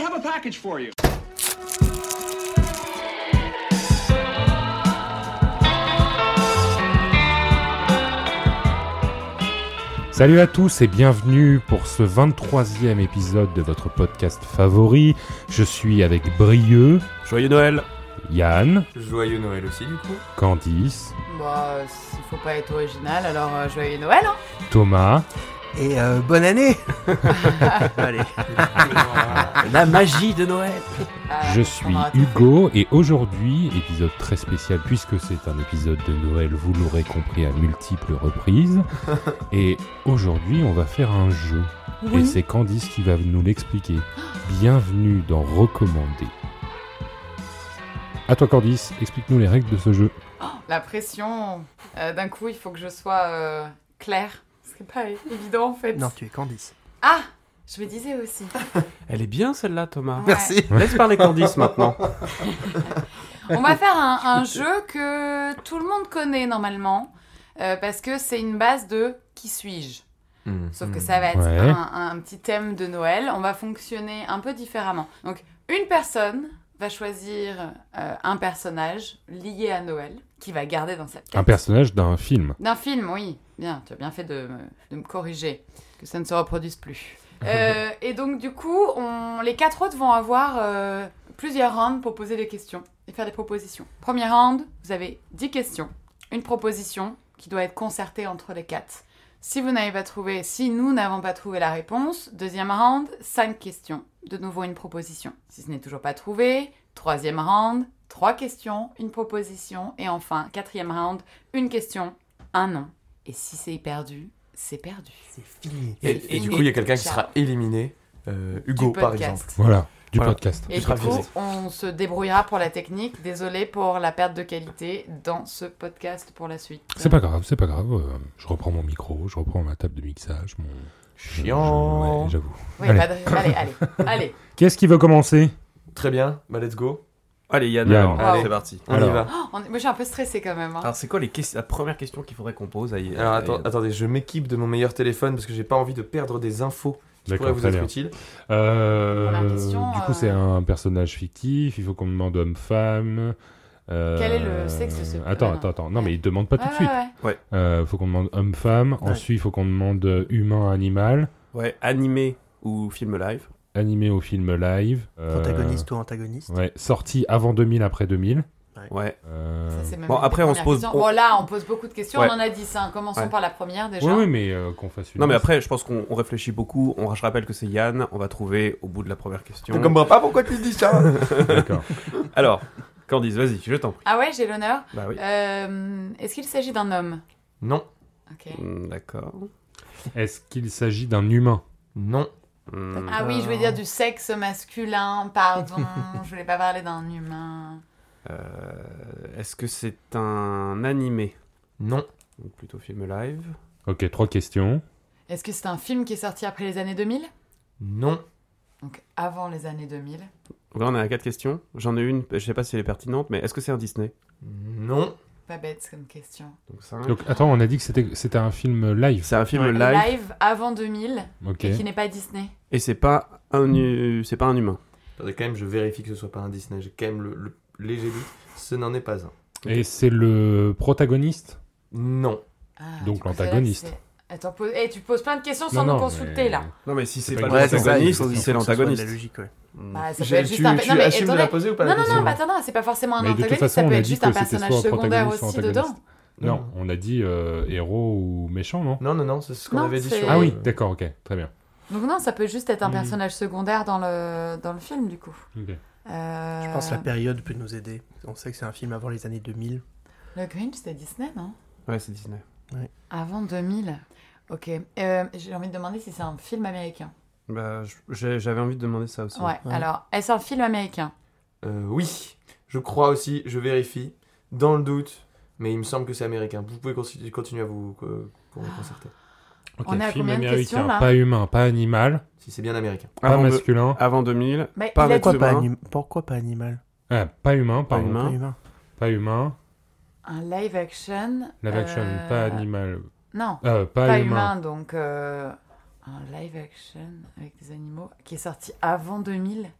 have a package for you. Salut à tous et bienvenue pour ce 23e épisode de votre podcast favori. Je suis avec Brieux, Joyeux Noël Yann, Joyeux Noël aussi du coup. Candice, Bah, euh, s'il faut pas être original, alors euh, joyeux Noël, hein Thomas Et euh, bonne année Allez, la magie de Noël Euh, Je on suis aura tout Hugo et aujourd'hui, épisode très spécial puisque c'est un épisode de Noël, vous l'aurez compris à multiples reprises. Et aujourd'hui, on va faire un jeu. fait. Et Oui. c'est Candice qui va nous l'expliquer. Bienvenue dans Recommander. À toi Candice, explique-nous les règles de ce jeu. La pression. Euh, D'un coup, il faut que je sois euh, claire. C'est pas é- évident, en fait. Non, tu es Candice. Ah Je me disais aussi. Ah. Elle est bien celle-là Thomas. Merci. Laisse parler Candice maintenant. On va faire un, un jeu que tout le monde connaît normalement, euh, parce que c'est une base de qui suis-je Sauf Hmm. que ça va être Ouais. un, un petit thème de Noël. On va fonctionner un peu différemment. Donc, une personne va choisir euh, un personnage lié à Noël qu'il va garder dans sa tête. Un personnage d'un film. D'un film, oui. Bien, tu as bien fait de me, de me corriger, que ça ne se reproduise plus. Euh, et donc, du coup, on, les quatre autres vont avoir euh, plusieurs rounds pour poser des questions et faire des propositions. Première round, vous avez 10 questions, une proposition qui doit être concertée entre les quatre. Si vous n'avez pas trouvé, si nous n'avons pas trouvé la réponse, deuxième round, 5 questions, de nouveau une proposition. Si ce n'est toujours pas trouvé, troisième round, trois questions, une proposition, et enfin, quatrième round, une question, un nom. Et si c'est perdu, c'est perdu. C'est fini. Et, et du coup il y a quelqu'un qui sera éliminé. euh, Hugo Du par podcast. exemple. Voilà, du Voilà. podcast. Et Tu du seras coup, visé. on se débrouillera pour la technique. Désolé pour la perte de qualité dans ce podcast pour la suite. C'est pas grave, c'est pas grave. euh, Je reprends mon micro, je reprends ma table de mixage. Mon... Chiant. Ouais, j'avoue. Oui, Allez. pas de- allez, allez, allez. Qu'est-ce qui veut commencer Très bien, bah let's go. Allez Yann, Yann. alors, Allez. c'est parti. On Alors. y va. Oh, on est- Moi, je suis un peu stressée quand même. hein. Alors c'est quoi les ques- la première question qu'il faudrait qu'on pose à Yann Alors à atten- Yann attendez, je m'équipe de mon meilleur téléphone parce que j'ai pas envie de perdre des infos qui pourraient vous très être bien. utiles. Euh, Première question, du coup, euh, c'est un personnage fictif. Il faut qu'on me demande homme-femme. euh, Quel est le sexe de ce- Attends, Ah, non. attends, attends. Non, Ouais. mais il demande pas Ouais, tout de ouais, suite. ouais. Il faut qu'on demande homme-femme. Ouais. Ensuite, il faut qu'on demande euh, humain-animal. Ouais, animé ou film live. Animé au film live. euh, Protagoniste ou antagoniste Ouais, sorti avant 2000, après 2000. Ouais. Euh, Ça, c'est même Bon, une des après, on se premières pose- questions. Bon, là, on pose beaucoup de questions. Ouais. On en a 10. hein. Commençons Ouais. par la première déjà. oui, oui, mais euh, qu'on fasse une. Non mais après je pense qu'on on réfléchit beaucoup, on, je rappelle que c'est Yann, on va trouver au bout de la première question. Je comprends pas pourquoi tu dis ça. D'accord. Alors, Candice, vas-y, je t'en prie. Ah ouais, j'ai l'honneur. Bah oui. Euh, Est-ce qu'il s'agit d'un homme Non, Ok. Mm, D'accord. Est-ce qu'il s'agit d'un humain non, Mm. Ah oui, je voulais dire du sexe masculin, pardon. je voulais pas parler d'un humain. Euh, Est-ce que c'est un animé non, Donc plutôt film live. Ok, trois questions. Est-ce que c'est un film qui est sorti après les années 2000 non. Donc avant les années 2000. Donc là on est à quatre questions. J'en ai une, je sais pas si elle est pertinente, mais est-ce que c'est un Disney Non, Pas bête comme question. Donc cinq. Donc, attends, on a dit que c'était c'était un film live. C'est un film Ouais. live avant 2000 Ok. et qui n'est pas Disney. et c'est pas un hu- c'est pas un humain. Attendez, quand même, je vérifie que ce soit pas un Disney. J'ai quand même le, le léger doute. Ce n'en est pas un. Et c'est le protagoniste Non. Ah, Donc, tu préférais l'antagoniste. que c'est- Attends, pose- eh, tu poses plein de questions sans Non, nous non, consulter mais- là. Non mais si c'est pas pas le le Ouais, c'est ça, il protagoniste, faut- il c'est l'antagoniste. la logique, ouais. Bah, ça peut J'ai- être juste tu un- tu non, mais assumes de la étonnant- poser ou pas Non, la non, question non, bah, attends, non, c'est pas forcément un Mais de toute antagoniste, façon, ça on peut a être dit juste que un c'était personnage soit un secondaire protagoniste, soit aussi antagoniste. dedans. Non, on a dit euh, héros ou méchant, non Non, non, non, c'est ce qu'on Non, avait dit c'est- sur. Ah Euh, oui, d'accord, ok, très bien. Donc non, ça peut juste être un Hmm. personnage secondaire dans le, dans le film du coup. Ok. Euh, Je pense que la période peut nous aider. On sait que c'est un film avant les années 2000. Le Grinch, c'était Disney, non Ouais, c'est Disney. Avant 2000. Ok. Euh, J'ai envie de demander si c'est un film américain. Bah, je- j'ai- j'avais envie de demander ça aussi. Ouais, Ouais. alors, est-ce un film américain Euh, oui, je crois aussi, je vérifie. Dans le doute, mais il me semble que c'est américain. Vous pouvez consi- continuer à vous euh, con- concerter. Ok, On est à film combien de américain, Ah, questions, là pas humain, pas animal, Si c'est bien américain. pas Avant, de- masculin, avant 2000, Mais Pas il a avec- dit Pourquoi pas, humain. anim- Pourquoi pas animal ah, pas humain, pardon, humain. Pas Hein humain. pas humain, un live action. live action, euh, pas animal, Non, euh, pas, pas, humain. humain, donc euh, un live action avec des animaux qui est sorti avant 2000.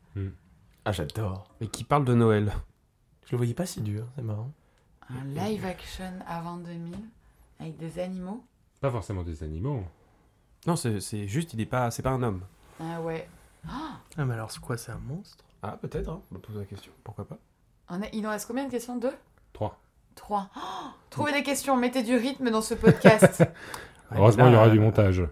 Ah, j'adore. Et qui parle de Noël. Je le voyais pas si dur, c'est marrant. Un live action avant 2000 avec des animaux. Pas forcément des animaux. Non, c'est- c'est juste, il est pas, c'est pas un homme. Ah ouais. Ah, Ah, mais alors, c'est quoi, c'est un monstre Ah, peut-être, hein. On pose la question, pourquoi pas. on a- il nous reste combien de questions Deux Trois. Trois. Oh, trouvez des questions, mettez du rythme dans ce podcast. Heureusement, il y aura du monde. montage.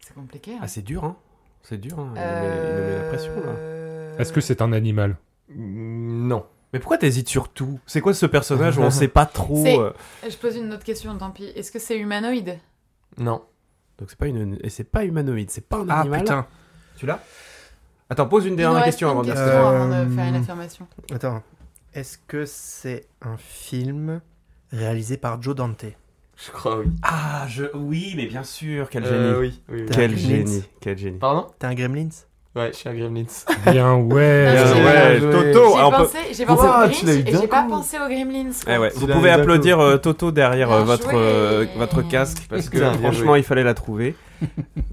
c'est compliqué. hein. bah, Ah, c'est dur, hein. C'est dur, hein. Il, nous met, il nous met la pression, là. Euh, Est-ce que c'est un animal Mm, Non. Mais pourquoi t'hésites sur tout C'est quoi ce personnage où on sait pas trop C'est- euh, Je pose une autre question, tant pis. Est-ce que c'est humanoïde Non. Donc c'est pas une... Et c'est pas humanoïde, c'est pas un Ah, animal. putain. Tu l'as Attends, pose Il une nous dernière reste question une avant de question dire. Euh, avant de faire une affirmation. Attends. Est-ce que c'est un film réalisé par Joe Dante Je crois, oui. Ah, je... oui, mais bien sûr, quel Euh, génie. oui, oui, oui. Quel Quel génie. génie, quel génie. Pardon T'es un Gremlins Ouais, je suis un Gremlins. Bien, ouais. Ah, Bien, Bien ouais, joué. Toto. j'ai alors, Oh, on peut- pensé, j'ai pensé Ouah, au tu l'as eu Grinch et d'un j'ai pas coup. pensé aux Gremlins. quoi. Eh ouais, Tu vous l'as pouvez eu d'un applaudir euh, Toto derrière euh, Bien votre, joué. euh, votre casque, parce que Putain, bien franchement, joué. il fallait la trouver.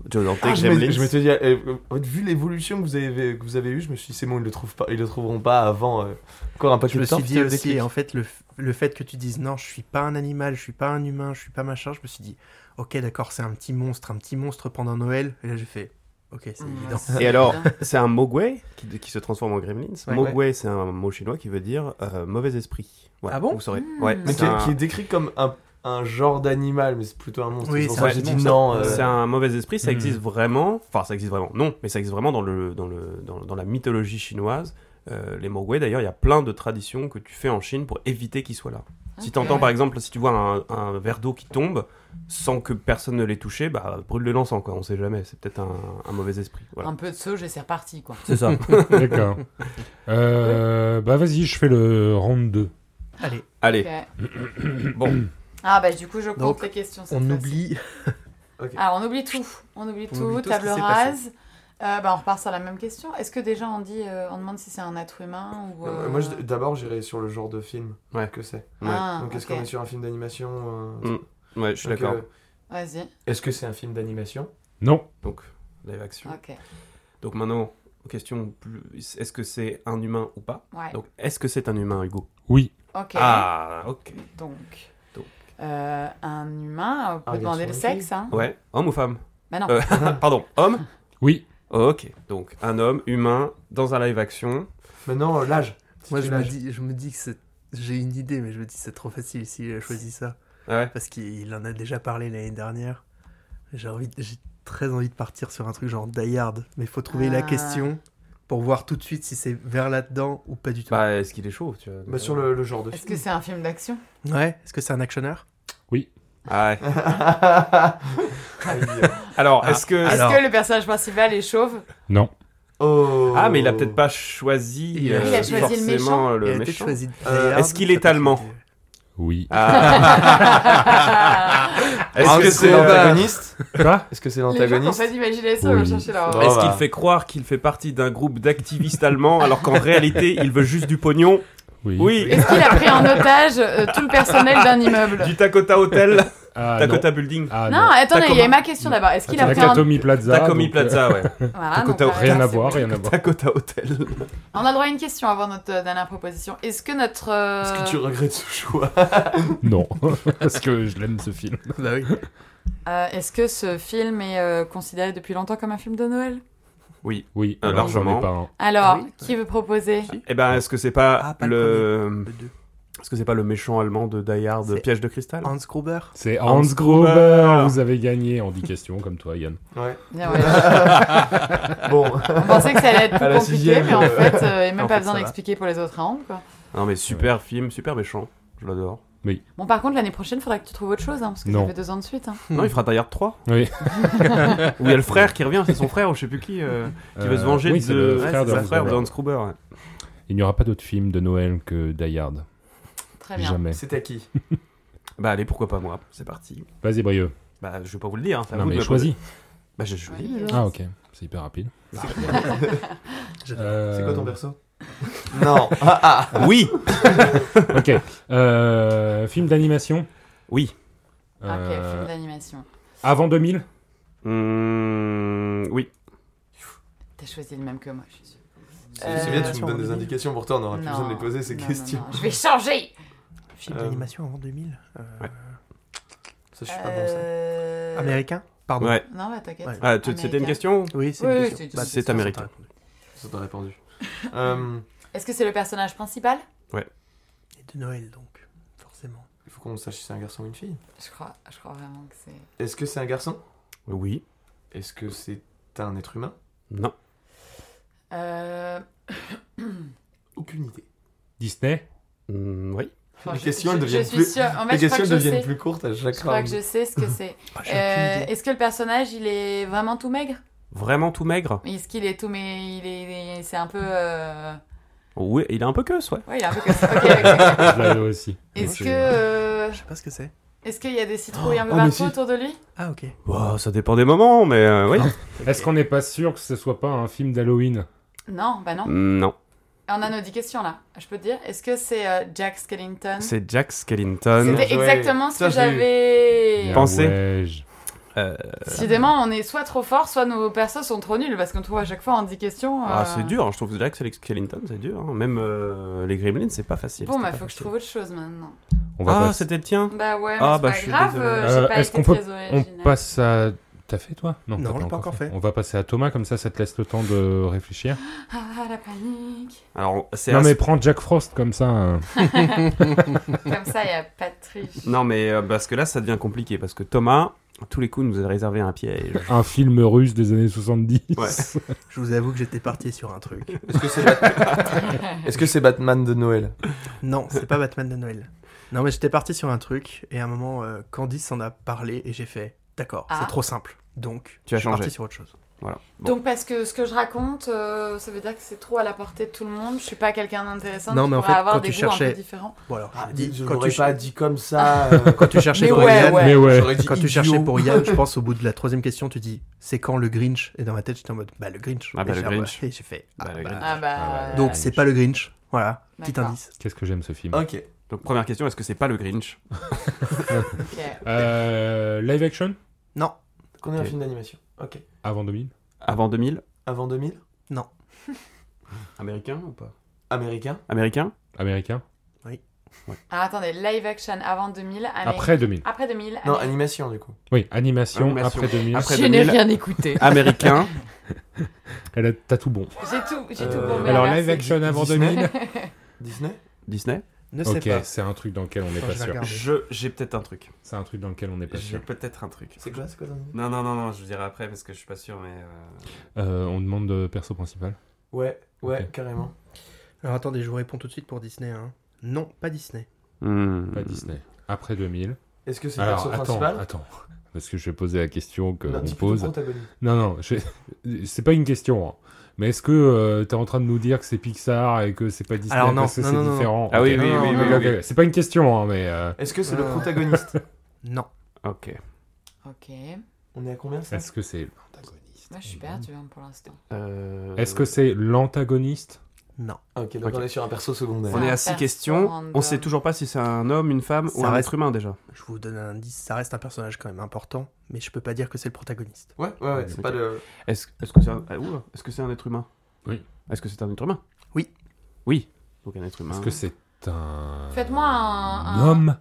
Joe Dante, Ah, je, j'aime me, les... je m'étais dit, euh, euh, vu l'évolution que vous avez que vous avez eue, je me suis dit c'est bon ils le trouvent pas, ils le trouveront pas avant euh, encore un paquet Je me de temps. suis dit c'était le aussi, déclic. en fait, le, f- le fait que tu dises non, je suis pas un animal, je suis pas un humain, je suis pas machin, je me suis dit, ok, d'accord, c'est un petit monstre, un petit monstre pendant Noël. Et là, j'ai fait, ok, c'est Mmh, évident. c'est Et alors, évident. c'est un Mogwai qui, qui se transforme en Gremlins. Ouais, Mogwai, c'est un mot chinois qui veut dire euh, mauvais esprit. Voilà, Ah bon Vous saurez. Mmh. Ouais, Mais Mais c'est qui, est- un- qui est décrit comme un, un genre d'animal, mais c'est plutôt un monstre. Oui, c'est pour c'est ça un que j'ai dit monstre. non. euh, C'est un mauvais esprit, Hmm. ça existe vraiment. Enfin, ça existe vraiment. Non, mais ça existe vraiment dans, le, dans, le, dans, dans la mythologie chinoise. Euh, les Mogwai, d'ailleurs, il y a plein de traditions que tu fais en Chine pour éviter qu'ils soient là. Si Ok. tu entends, par exemple, si tu vois un, un verre d'eau qui tombe sans que personne ne l'ait touché, bah, brûle le l'encens, quoi. On sait jamais. C'est peut-être un, un mauvais esprit. Voilà. Un peu de sauge et c'est reparti, quoi. C'est ça. D'accord. Euh, bah vas-y, je fais le round 2. Allez, Allez, Ok. bon. Ah bah du coup, je compte Donc, les questions cette on fois-ci. oublie. Alors, on oublie tout. On oublie On tout, oublie tout ce qui table s'est passé. rase. Euh, bah, on repart sur la même question. Est-ce que déjà on dit, euh, on demande si c'est un être humain ou... euh, Moi je- d'abord j'irai sur le genre de film Ouais. que c'est. Ah, Donc est-ce ok. qu'on est sur un film d'animation euh, Mm, Ouais, je suis donc, d'accord. euh, Vas-y, Est-ce que c'est un film d'animation Non. Donc, live action. ok. Donc maintenant, question plus- est-ce que c'est un humain ou pas Ouais, Donc, est-ce que c'est un humain, Hugo Oui. ok. Ah, ok. Donc, Donc. euh, un humain, on peut Un demander le garçon, une sexe, hein Ouais, homme ou femme Bah non, Euh, Pardon, homme Oui. Ok, donc un homme humain dans un live action. Maintenant euh, l'âge. Si Moi, tu je me, l'âge. dis, je me dis que c'est. J'ai une idée, mais je me dis que c'est trop facile s'il a choisi ça. Ah ouais Parce qu'il en a déjà parlé l'année dernière. J'ai envie, de- j'ai très envie de partir sur un truc genre Die Hard. Mais faut trouver la Ah. question pour voir tout de suite si c'est vers là-dedans ou pas du tout. Bah, est-ce qu'il est chaud tu vois euh, Bah, sur euh, le, le genre de est-ce que film. c'est un film d'action Ouais, est-ce que c'est un actionneur Ah ouais. Aïe. Alors, Ah, est-ce que. Est-ce Alors. que le personnage principal est chauve Non. Oh. Ah, mais il a peut-être pas choisi, Il a- euh, Il a choisi le forcément euh, Il le a peut-être méchant. choisi Die Euh, Hard, est-ce qu'il est ça peut être- allemand Oui. Ah, Ah, est-ce que c'est. euh, l'antagoniste Quoi Est-ce que c'est Les gens qui ont l'antagoniste pas d'imagination, ils Oui. vont chercher leur... Oh, Est-ce bah. qu'il fait croire qu'il fait partie d'un groupe d'activistes allemands alors qu'en réalité il veut juste du pognon Oui. Oui, Est-ce qu'il a pris en otage euh, tout le personnel d'un immeuble du Dakota Hotel, Ah, non. Dakota Building. Ah, Non, attendez, il y Tacoma. avait ma question d'abord. Est-ce qu'il a pris Dakota en... Tommy Plaza. Takomi Ah, donc, euh, Plaza, ouais. Voilà, Dakota, donc, Rien à c'est voir, bon. rien à voir. Dakota Hotel. euh, On a le droit à une question avant notre euh, dernière proposition. Est-ce que notre... euh, Est-ce que tu regrettes ce choix Non, parce que je l'aime ce film. Bah oui. euh, est-ce que ce film est euh, considéré depuis longtemps comme un film de Noël Oui, Euh, alors j'en largement. ai pas un. Alors, Ah oui. qui veut proposer Eh ben, est-ce que c'est pas, Ah, pas le, Le deux. est-ce que c'est pas le méchant allemand de Die Hard, C'est- Piège de cristal Hans Gruber. C'est Hans Hans Gruber. Gruber, vous avez gagné. On dit question comme toi, Yann. Ouais. Bien, ouais. Bon. On pensait que ça allait être À plus la compliqué, sixième, mais en euh, fait, euh, il n'y a même en pas fait, besoin ça va. d'expliquer pour les autres rounds. Quoi. Non mais super film, super méchant, je l'adore. Bon, par contre, l'année prochaine, il faudra que tu trouves autre chose, hein, parce que Non. ça fait deux ans de suite. hein. Non, il fera Die Hard 3 Oui. Où il y a le frère qui revient, c'est son frère ou je sais plus qui, euh, qui veut se venger oui, de c'est le ouais, frère c'est de son Hans frère de Gruber. Hans Gruber. ouais. Il n'y aura pas d'autre film de Noël que Die Hard. Très bien. Jamais. C'est à qui Bah allez, pourquoi pas moi C'est parti. Vas-y, Brieux. Bah je vais pas vous le dire. hein, c'est à Non, vous de mais me choisis. poser. Bah j'ai choisi. Ouais. Ah, ok. C'est hyper rapide. Ah. Euh, Euh, C'est quoi ton perso Non. Ah, ah. Oui, Ok. Euh, film d'animation oui. Ah, Ok, Euh, film d'animation. Avant 2000 Mmh, oui. Mmh, T'as choisi le même que moi, je suis sûre. Euh, C'est bien, tu animation me donnes en des 2000. indications, pourtant on n'aurait plus Non, besoin de les poser ces non, non, questions. non, Je vais changer Film Euh, d'animation avant 2000 euh, ouais. Ça, je suis pas bon, ça. Euh, Américain Pardon. Ouais. Non, bah t'inquiète. Ouais. Ah, tu- c'était une Américain. question Oui, c'est Oui, une oui, question. c'est une Bah, question. C'est américain. Ça t'aurait répondu. Euh, Est-ce que c'est le personnage principal Et de Noël, donc, forcément. Il faut qu'on sache si c'est un garçon ou une fille. Je crois, je crois vraiment que c'est. Est-ce que c'est un garçon Oui. Est-ce que c'est un être humain Non. Euh... Aucune idée. Disney Mm, oui. enfin, Les je- questions, elles je- deviennent je suis plus- sûre- En fait, Les je crois questions que je deviennent sais. plus courtes à chaque Je crois que round. je sais ce que c'est. Ah, j'ai aucune Euh, idée. Est-ce que le personnage, il est vraiment tout maigre Vraiment tout maigre Est-ce qu'il est tout, mais il est, il est- c'est un peu. euh, Oui, il a un peu queuse, ouais. Ouais, il est un peu comme ça. Ok, ok. Je l'avais aussi. Est-ce que, Je- euh, Je sais pas ce que c'est. est-ce qu'il y a des citrouilles un peu Oh, mais partout si. autour de lui Ah, ok. Wow, Bah, ça dépend des moments, mais euh, oui. Est-ce qu'on n'est pas sûr que ce soit pas un film d'Halloween Non, bah non. Mmh, non. On a nos 10 questions là. Je peux te dire. Est-ce que c'est euh, Jack Skellington C'est Jack Skellington. C'était joué. exactement ce Ça, que je l'ai eu. j'avais. Ah Pensez. ouais, je- Euh, Décidément, on est soit trop fort, soit nos persos sont trop nuls parce qu'on trouve à chaque fois en 10 questions. Ah, euh, c'est dur, hein, je trouve que Jack Skellington, c'est dur. hein. Même euh, les Gremlins, c'est pas facile. Bon, c'était bah, pas faut que je facile. trouve autre chose maintenant. On va Ah, passer- c'était le tien Bah ouais, mais Ah, c'est bah, pas je suis grave, désolé. euh, j'ai Euh, pas est-ce été qu'on très On originale. passe à. T'as fait toi Non, t'as je l'ai pas encore fait. On va passer à Thomas, comme ça, ça te laisse le temps de réfléchir. Ah, la panique. Alors, c'est Non, assez- mais prends Jack Frost comme ça. hein. Comme ça, il y a pas de triche. Non, mais euh, parce que là, ça devient compliqué. Parce que Thomas, à tous les coups, nous a réservé un piège. Un film russe des années 70. Ouais. Je vous avoue que j'étais parti sur un truc. Est-ce que c'est Bat- Est-ce que c'est Batman de Noël Non, c'est pas Batman de Noël. Non, mais j'étais parti sur un truc, et à un moment, euh, Candice en a parlé, et j'ai fait D'accord, Ah. c'est trop simple. Donc, Tu as je suis changé. parti sur autre chose. Bon. Donc, parce que ce que je raconte, euh, ça veut dire que c'est trop à la portée de tout le monde. Je suis pas quelqu'un d'intéressant Non, qui mais en pourrait fait, avoir quand des tu goûts un cherchais- peu différents. Bon, alors, Ah, je dis, Je quand, tu l'aurais cher- pas dit comme ça. euh, quand tu cherchais Mais pour ouais, Yann, ouais. Mais ouais. j'aurais dit quand tu idiot. cherchais pour Yann, je pense, au bout de la troisième question, tu dis C'est quand le Grinch Et dans ma tête, j'étais en mode Bah, le Grinch. Ah, bah, Et le j'ai- Grinch. Et j'ai fait Bah, ah, le bah. Grinch. Ah bah. Ah ouais. Donc, c'est pas le Grinch. Voilà, petit D'accord. indice. Qu'est-ce que j'aime ce film Ok. Donc, première question, est-ce que c'est pas le Grinch Ok. Euh, Live action Non, Qu'on est un Ok. film d'animation. Ok. Avant 2000 Avant 2000 Avant 2000 Américain ou pas Américain Américain Américain Alors, attendez, live action avant 2000. Amérique- Après 2000. Après 2000. Non, Amérique- animation du coup. Oui, animation, Animation. après 2000. Ah. Après Je n'ai 2000. rien écouté. Américain. Elle a- T'as tout bon. J'ai tout, j'ai tout Euh, pour Alors, live action avant Disney 2000 Disney Disney ne sais Ok, pas. c'est un truc dans lequel on n'est Attends, pas je vais sûr. regarder. Je, j'ai peut-être un truc. C'est un truc dans lequel on n'est pas J'ai sûr. peut-être un truc. C'est quoi C'est quoi ton idée Non, non, non, non, je vous dirai après parce que je suis pas sûr, mais. euh, Euh, on demande de perso principal. Ouais, ouais, Ok. carrément. Alors, attendez, je vous réponds tout de suite pour Disney. hein. Non, pas Disney. euh, Hmm. Pas Hmm. Disney. Après 2000. Est-ce que c'est le Alors, perso attends, principal attends. Parce que je vais poser la question que Non, on dis plutôt pose. protagoniste. Non, non, je- c'est pas une question. hein. Mais est-ce que euh, t'es en train de nous dire que c'est Pixar et que c'est pas Disney Alors non, parce que non, c'est non, non. différent Ah Ok. oui, oui, Non, oui, non, oui, non, Ok, oui. C'est pas une question, hein, mais euh, Est-ce que c'est le Euh. protagoniste Non. Ok. Ok. On est à combien ça est-ce que c'est l'antagoniste Moi, je suis perdue hein, pour l'instant. Euh, Est-ce que c'est l'antagoniste Non. Ok, donc Ok. on est sur un perso secondaire. On est à Un 6 perso questions. On random. sait toujours pas si c'est un homme, une femme ou Ça un reste- être humain déjà. Je vous donne un indice. Ça reste un personnage quand même important, mais je peux pas dire que c'est le protagoniste. Ouais, ouais, ouais, c'est Ok. pas le. Est-ce est-ce que c'est un... ah, ouh, est-ce que c'est un être humain Oui. Est-ce que c'est un être humain Oui. Oui. Donc un être humain. Est-ce que c'est un Faites-moi un- un- homme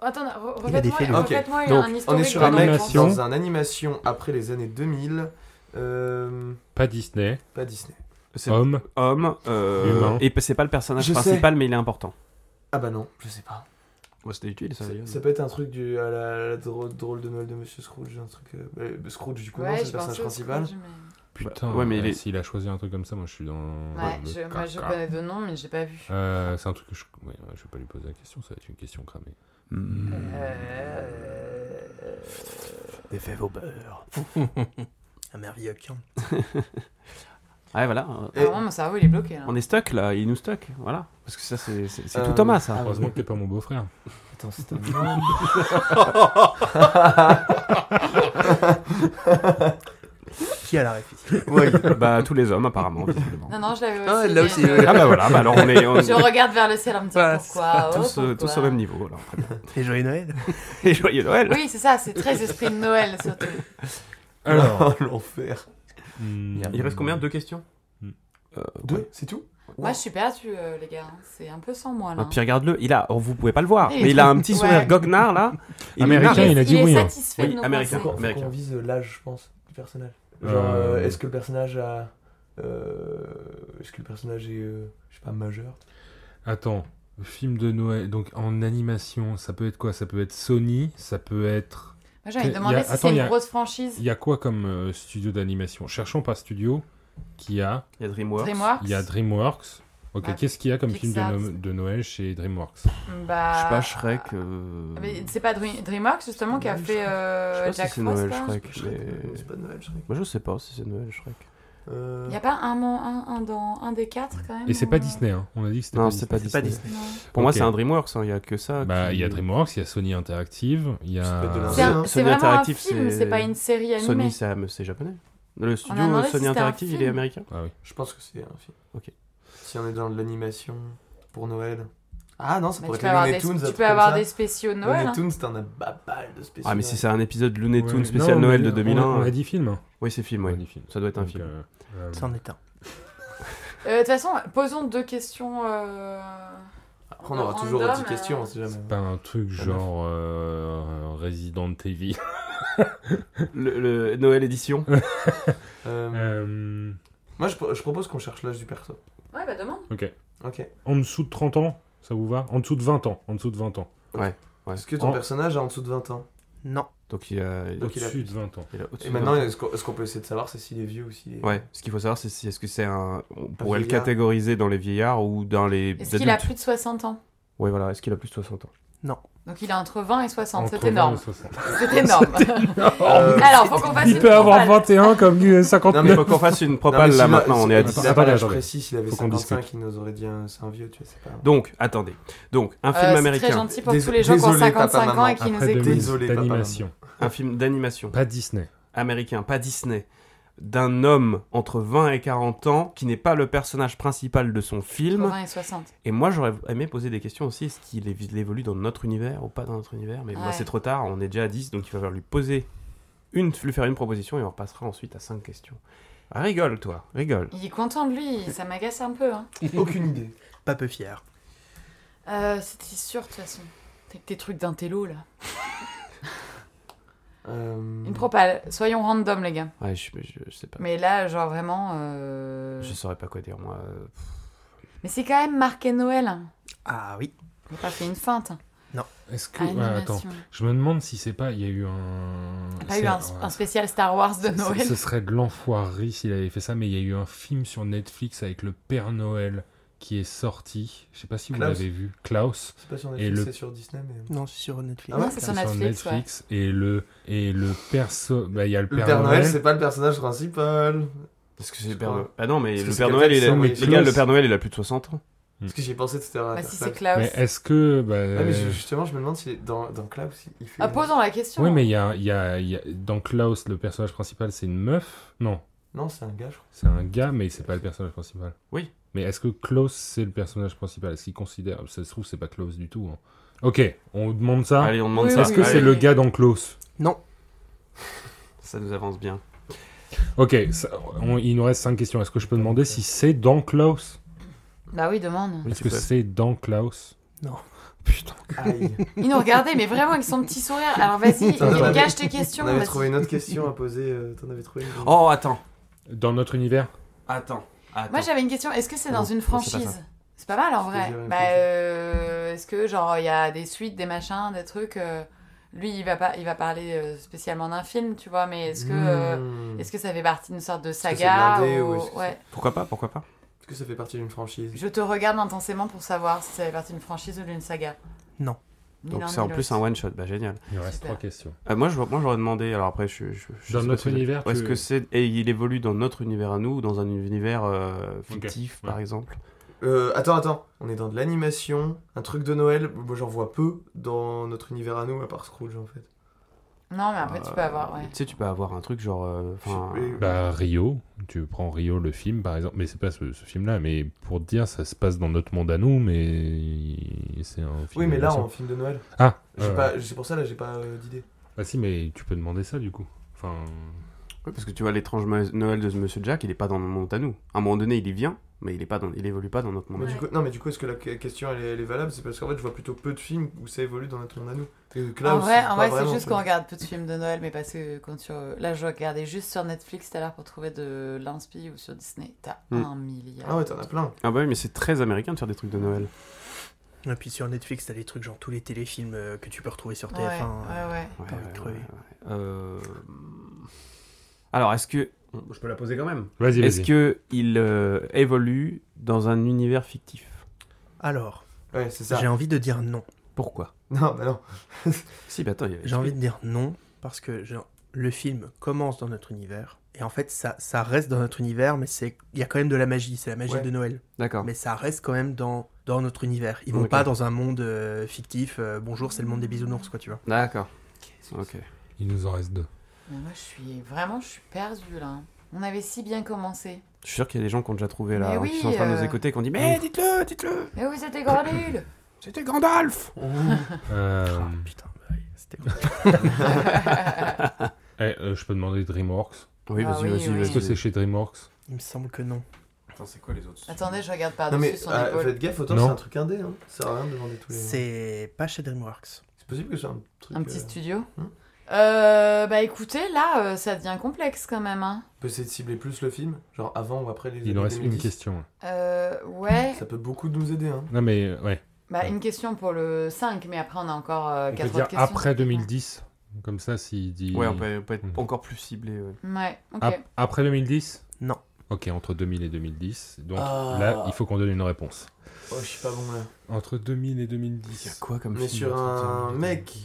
Attends, re- Il a des refaites-moi faits, lui. refaites-moi Donc, un on historique. est sur un de mec l'enfance. animation. dans un animation après les années 2000. Euh, Pas Disney, pas Disney. c'est bah, homme. homme euh, Humain. Et c'est pas le personnage Je sais. principal, mais il est important. Ah bah non, je sais pas. Ouais, C'était utile ça. Ça, ça peut être un truc du à la, la drôle, drôle de Noël de Monsieur Scrooge, un truc. euh, euh, Scrooge du coup, non, Ouais, c'est je le pense personnage au principal. Scrooge, mais- Putain, euh, Ouais, mais il est- s'il a choisi un truc comme ça, moi je suis dans. Ouais, le je, moi, je caca. connais de nom, mais j'ai pas vu. Euh, c'est un truc que je. ouais, ouais, je vais pas lui poser la question, ça va être une question cramée. Hmm. Euh, Effet Weber. un merveilleux Kian. Ouais, voilà. Et- Vraiment, mon cerveau, il est bloqué. là. On est stuck là, il nous stuck. Voilà. Parce que ça, c'est c'est- c'est Euh, tout Thomas ça. ah Heureusement que t'es pas mon beau-frère. Attends, c'est un. Qui a la réplique Oui. bah, tous les hommes apparemment, visiblement. Non, non, je l'avais aussi. Ah, là mais aussi, je- ouais. Ah bah voilà, bah alors on est, on est Je regarde vers le ciel un petit peu. Voilà, Pourquoi oh, tous, euh, tous pourquoi au même niveau. alors. Et Joyeux Noël Et joyeux Noël Oui, c'est ça, c'est très esprit de Noël, surtout. Alors. l'enfer. hmm, Il reste combien Deux questions Hmm. euh, Deux, c'est tout Moi, je suis perdue, euh, les gars. hein. C'est un peu sans moi, là. Ah, puis regarde-le, il a, oh, vous pouvez pas le voir, Et- mais il a un petit Ouais. sourire goguenard là. Il Américain, marche. il a dit est oui, hein. satisfait Oui, de nos conseils. américain. Faut qu'on- faut Américain. qu'on vise l'âge, je pense, du personnage. Genre, euh, Euh. est-ce que le personnage a. euh, est-ce que le personnage est. euh, je sais pas, majeur Attends, film de Noël, donc en animation, ça peut être quoi Ça peut être Sony, ça peut être. Moi, j'avais Il y a- demandé si attends, c'est il y une a- grosse franchise. Il y a quoi comme euh, studio d'animation Cherchons par studio qui a. Il y a DreamWorks. DreamWorks Il y a DreamWorks. Ok, Bah, qu'est-ce qu'il y a comme Pixar. film de, No- de Noël chez DreamWorks Bah, Je sais pas, Shrek. euh, Mais c'est pas Dream- DreamWorks, justement, qui a Noël, fait euh, Je sais pas si Jack c'est Frost, Noël là Shrek. Shrek, mais- euh, C'est pas de Noël, Shrek. Moi je sais pas si c'est Noël Shrek. Euh, Il y a pas un, mon- un, un dans, un des quatre, quand même Et c'est pas euh, Disney, hein. on a dit que c'était Non, pas c'est Disney. pas C'est Disney. pas Disney. non. Pour moi Ok. c'est un DreamWorks, hein, il y a que ça. Bah, qui- il y a DreamWorks, il y a Sony Interactive, il y Ça peut être de a. la- C'est un- Sony c'est vraiment un Interactive, film, c'est- c'est pas une série animée. Sony c'est mais c'est japonais. Le studio demandé euh, si Sony c'était un Interactive, il est film. américain. Ah oui. Je pense que c'est un film. Ok. Si on est dans de l'animation pour Noël. Ah non, ça Bah, pourrait être tu peux les avoir, Looney des, Tunes, un tu truc peux comme avoir ça. des spéciaux de Looney Noël. hein. Tunes, t'en as pas mal de spéciaux. Ah mais si Noël. c'est un épisode Looney Tunes Ouais. spécial Non, Noël mais de On a, on 2001. a dit film. hein. Oui, c'est film, On a oui. dit film. Ça doit être un Donc, film. euh, euh, C'en est un. Euh, De toute façon, posons deux questions. euh, Après, on aura Random, toujours euh, 10 questions, on sait jamais. Pas un Ah, truc genre euh, Resident Evil. Le, le Noël édition. Euh, Euh, Moi, je, pro- je propose qu'on cherche l'âge du perso. Ouais, bah demande. ok. Ok. En dessous de 30 ans, ça vous va En dessous de 20 ans. En dessous de 20 ans. Est-ce que ton Oh. personnage a en dessous de 20 ans Non. Donc il y a, Donc, il a Au-dessus de 20 ans. il y a au-dessus Et de maintenant, vingt. est-ce qu'on est-ce qu'on peut essayer de savoir c'est s'il est vieux ou s'il est. Ouais, ce qu'il faut savoir, c'est si est-ce que c'est un. On pourrait le vieillard. catégoriser dans les vieillards ou dans les. Est-ce qu'il a adultes. plus de 60 ans Ouais, voilà, est-ce qu'il a plus de 60 ans Donc il a entre 20 et 60, Entre c'est 20 et énorme. 60. C'est énorme. Euh, Alors, faut qu'on fasse Il une peut avoir propale. 21 comme lui, euh, Non, Non, 59. mais mais- faut qu'on fasse une Non, mais propale là s'il a- maintenant, on est à s'il s'il 10. a Attends, pas attends, l'âge attends. précis, s'il avait Faut qu'on 55, discute. il nous aurait dit un- c'est un vieux, tu vois, c'est pas. Donc, attendez. Donc, un Euh, film C'est très américain, gentil pour Dés- tous les gens qui ont désolé, 55 papa, ans et maman. qui nous Après écoutent. 2000, Désolé, papa, d'animation. un film d'animation Pas Disney. américain, pas Disney, d'un homme entre 20 et 40 ans qui n'est pas le personnage principal de son Entre film. 20 et 60. Et moi, j'aurais aimé poser des questions aussi est-ce qu'il évi- évolue dans notre univers ou pas dans notre univers Mais moi, Ouais. c'est trop tard, on est déjà à 10, donc il va falloir lui poser une, lui faire une proposition et on repassera ensuite à 5 questions. Ah, rigole, toi, rigole. Il est content de lui, ça m'agace un peu. Hein. Aucune idée. Pas peu fier. Euh, C'était sûr de toute façon. Avec tes trucs d'intello là. Euh, Une propale, soyons random les gars. Ouais, je, je- je sais pas. Mais là, genre vraiment. euh, Je saurais pas quoi dire, moi. euh, Mais c'est quand même marqué Noël. Hein. Ah oui. On a pas fait une feinte. hein. Est-ce que. ouais, attends. Animation. Je me demande si c'est pas. Il y a eu un. On a pas c'est- eu un, ouais. un spécial Star Wars de Ce- Noël. Ce serait de l'enfoirerie s'il avait fait ça, mais il y a eu un film sur Netflix avec le Père Noël qui est sorti. Je sais pas si vous Klaus. l'avez vu. Klaus. C'est pas sur Et Netflix, le- c'est sur Disney, mais. Non, c'est sur Netflix. Ah ouais Non, c'est sur Netflix. ouais. Et le et le perso. Bah il y a le Le Père, Père Noël. Noël, c'est pas le personnage principal. Parce que c'est Je le Père crois. Noël. Ah non, mais Parce que le c'est Père Noël, il a... Captain les Sandwich. gars, le Père Noël, il a plus de 60 ans. Parce que j'y ai pensé tout à l'heure. Bah, si c'est Klaus. Klaus. Mais est-ce que bah, Ah, mais Euh. je- justement, je me demande si dans, dans Klaus, il- il fait. Ah, posons la question. oui mais il y a, il y a- il y a- dans Klaus le personnage principal c'est une meuf. Non, Non, c'est un gars, je crois. c'est un gars mais c'est pas le personnage principal. Oui. Mais est-ce que Klaus c'est le personnage principal Est-ce qu'il considère Ça se trouve c'est pas Klaus du tout. hein. Ok, on demande ça. Allez, on demande Oui, ça. Est-ce Hein que Allez, c'est le gars dans Klaus Ça nous avance bien. Ok, ça- on- il nous reste 5 questions. Est-ce que je peux demander si c'est dans Klaus Bah oui, demande. Est-ce tu que peux. c'est dans Klaus Non. Putain. Aïe. Ils nous regardaient, mais vraiment avec son petit sourire. Alors vas-y, Attends, on avait- gâche tes questions. On avait vas-y. trouvé une autre question à poser. euh, T'en avais trouvé une. Oh, attends. Dans notre univers Attends. attends. Moi j'avais une question, est-ce que c'est dans Non, une non, c'est pas ça. franchise C'est pas mal en Je te vrai. dirais une Bah, franchise. euh, est-ce que genre il y a des suites, des machins, des trucs euh, Lui il va pas, il va parler euh, spécialement d'un film, tu vois, mais est-ce que euh, Hmm. est-ce que ça fait partie d'une sorte de que c'est saga blindé ou- ou est-ce que ouais. Pourquoi pas, pourquoi pas Est-ce que ça fait partie d'une franchise Je te regarde intensément pour savoir si ça fait partie d'une franchise ou d'une saga. Non. Ni l'un Donc c'est en ni plus un l'autre. one-shot, bah génial. Il reste Super. 3 questions. Euh, moi, je- moi, j'aurais demandé, alors après, je, je, je Dans sais pas notre si- univers, Est-ce tu- que c'est... Et il évolue dans notre univers à nous ou dans un univers euh, fictif, ouais. par exemple euh, Attends, attends. On est dans de l'animation, un truc de Noël. Moi, j'en vois peu dans notre univers à nous, à part Scrooge, en fait. Non, mais après tu peux Euh, avoir, ouais. Tu sais, tu peux avoir un truc genre... euh, enfin, Je- mais- Bah, Rio, tu prends Rio le film par exemple, mais c'est pas ce, ce film-là, mais pour te dire, ça se passe dans notre monde à nous, mais c'est un film. Oui, mais là, d'animation. en film de Noël. Ah J'ai euh, Ah, pas- C'est pour ça, là, j'ai pas euh, d'idée. Bah, si, mais tu peux demander ça du coup. Enfin. Oui, parce que tu vois, l'étrange Mo- Noël de Monsieur Jack, il est pas dans le monde à nous. À un moment donné, il y vient, mais il est pas dans, il évolue pas dans notre monde. Mais à du nous. coup- non, mais du coup, est-ce que la que- question elle est, elle est valable C'est parce qu'en fait, je vois plutôt peu de films où ça évolue dans notre monde à nous. Et que là, en aussi, vrai, pas en vrai, c'est vraiment, juste quoi. qu'on regarde peu de films de Noël, mais parce que quand tu... là, je regardais juste sur Netflix tout à l'heure pour trouver de l'inspi ou sur Disney, t'as Mm. un milliard. Ah ouais, t'en as plein. Ah bah oui, mais c'est très américain de faire des trucs de Noël. Et puis sur Netflix, t'as des trucs genre tous les téléfilms euh, que tu peux retrouver sur Ouais, ouais, TF1. euh, ouais. Ouais, T'as envie de crever. ouais. Euh, Alors, est-ce que je peux la poser quand même Vas-y, Est-ce vas-y. que il euh, évolue dans un univers fictif Alors, Ouais, c'est ça. j'ai envie de dire non. Pourquoi Non, mais non. Si, bah attends, il y avait- J'ai envie de dire non parce que genre, le film commence dans notre univers. Et en fait, ça, ça reste dans notre univers, mais c'est il y a quand même de la magie. C'est la magie Ouais. de Noël. D'accord. Mais ça reste quand même dans, dans notre univers. Ils vont D'accord. pas dans un monde euh, fictif. euh, bonjour, c'est le monde des bisounours, quoi, tu vois. D'accord. Ok. Il nous en reste deux. Mais moi, je suis vraiment, je suis perdue là. hein. On avait si bien commencé. Je suis sûr qu'il y a des gens qui ont déjà trouvé là, Mais hein, qui oui, sont en train de nous euh. écouter, qui ont dit Mais dites-le, dites-le Mais vous étiez grand nul C'était Gandalf Euh, Ah, putain, bah oui, c'était cool. eh, euh, je peux demander DreamWorks Oui, Ah vas-y, oui, vas-y, oui. vas-y. Est-ce que c'est chez DreamWorks Il me semble que non. Attends, c'est quoi les autres Attendez, je regarde Non, par-dessus mais son euh, épaule. faites gaffe, autant Non. c'est un truc indé. Hein. Ça sert à rien de demander tous les. C'est C'est pas chez DreamWorks. possible que c'est un truc. Un petit euh, studio hein Euh, Bah écoutez, là, euh, ça devient complexe quand même. Hein. On peut essayer de cibler plus le film, genre avant ou après les Il années en reste une 2010. question. Euh, ouais, Ça peut beaucoup nous aider. Hein. Non, mais euh, ouais. bah une question pour le 5, mais après on a encore euh, On peut quatre dire autres questions. après 2010. Comme ça, s'il dit. Ouais, on peut, on peut être Mhm. encore plus ciblé. ouais. Ouais, ok. Ap- Après 2010 Non. Ok, entre 2000 et 2010. Donc Ah. là, il faut qu'on donne une réponse. Oh, je suis pas bon là. Entre 2000 et Il y a 2010. quoi comme On est film sur un mec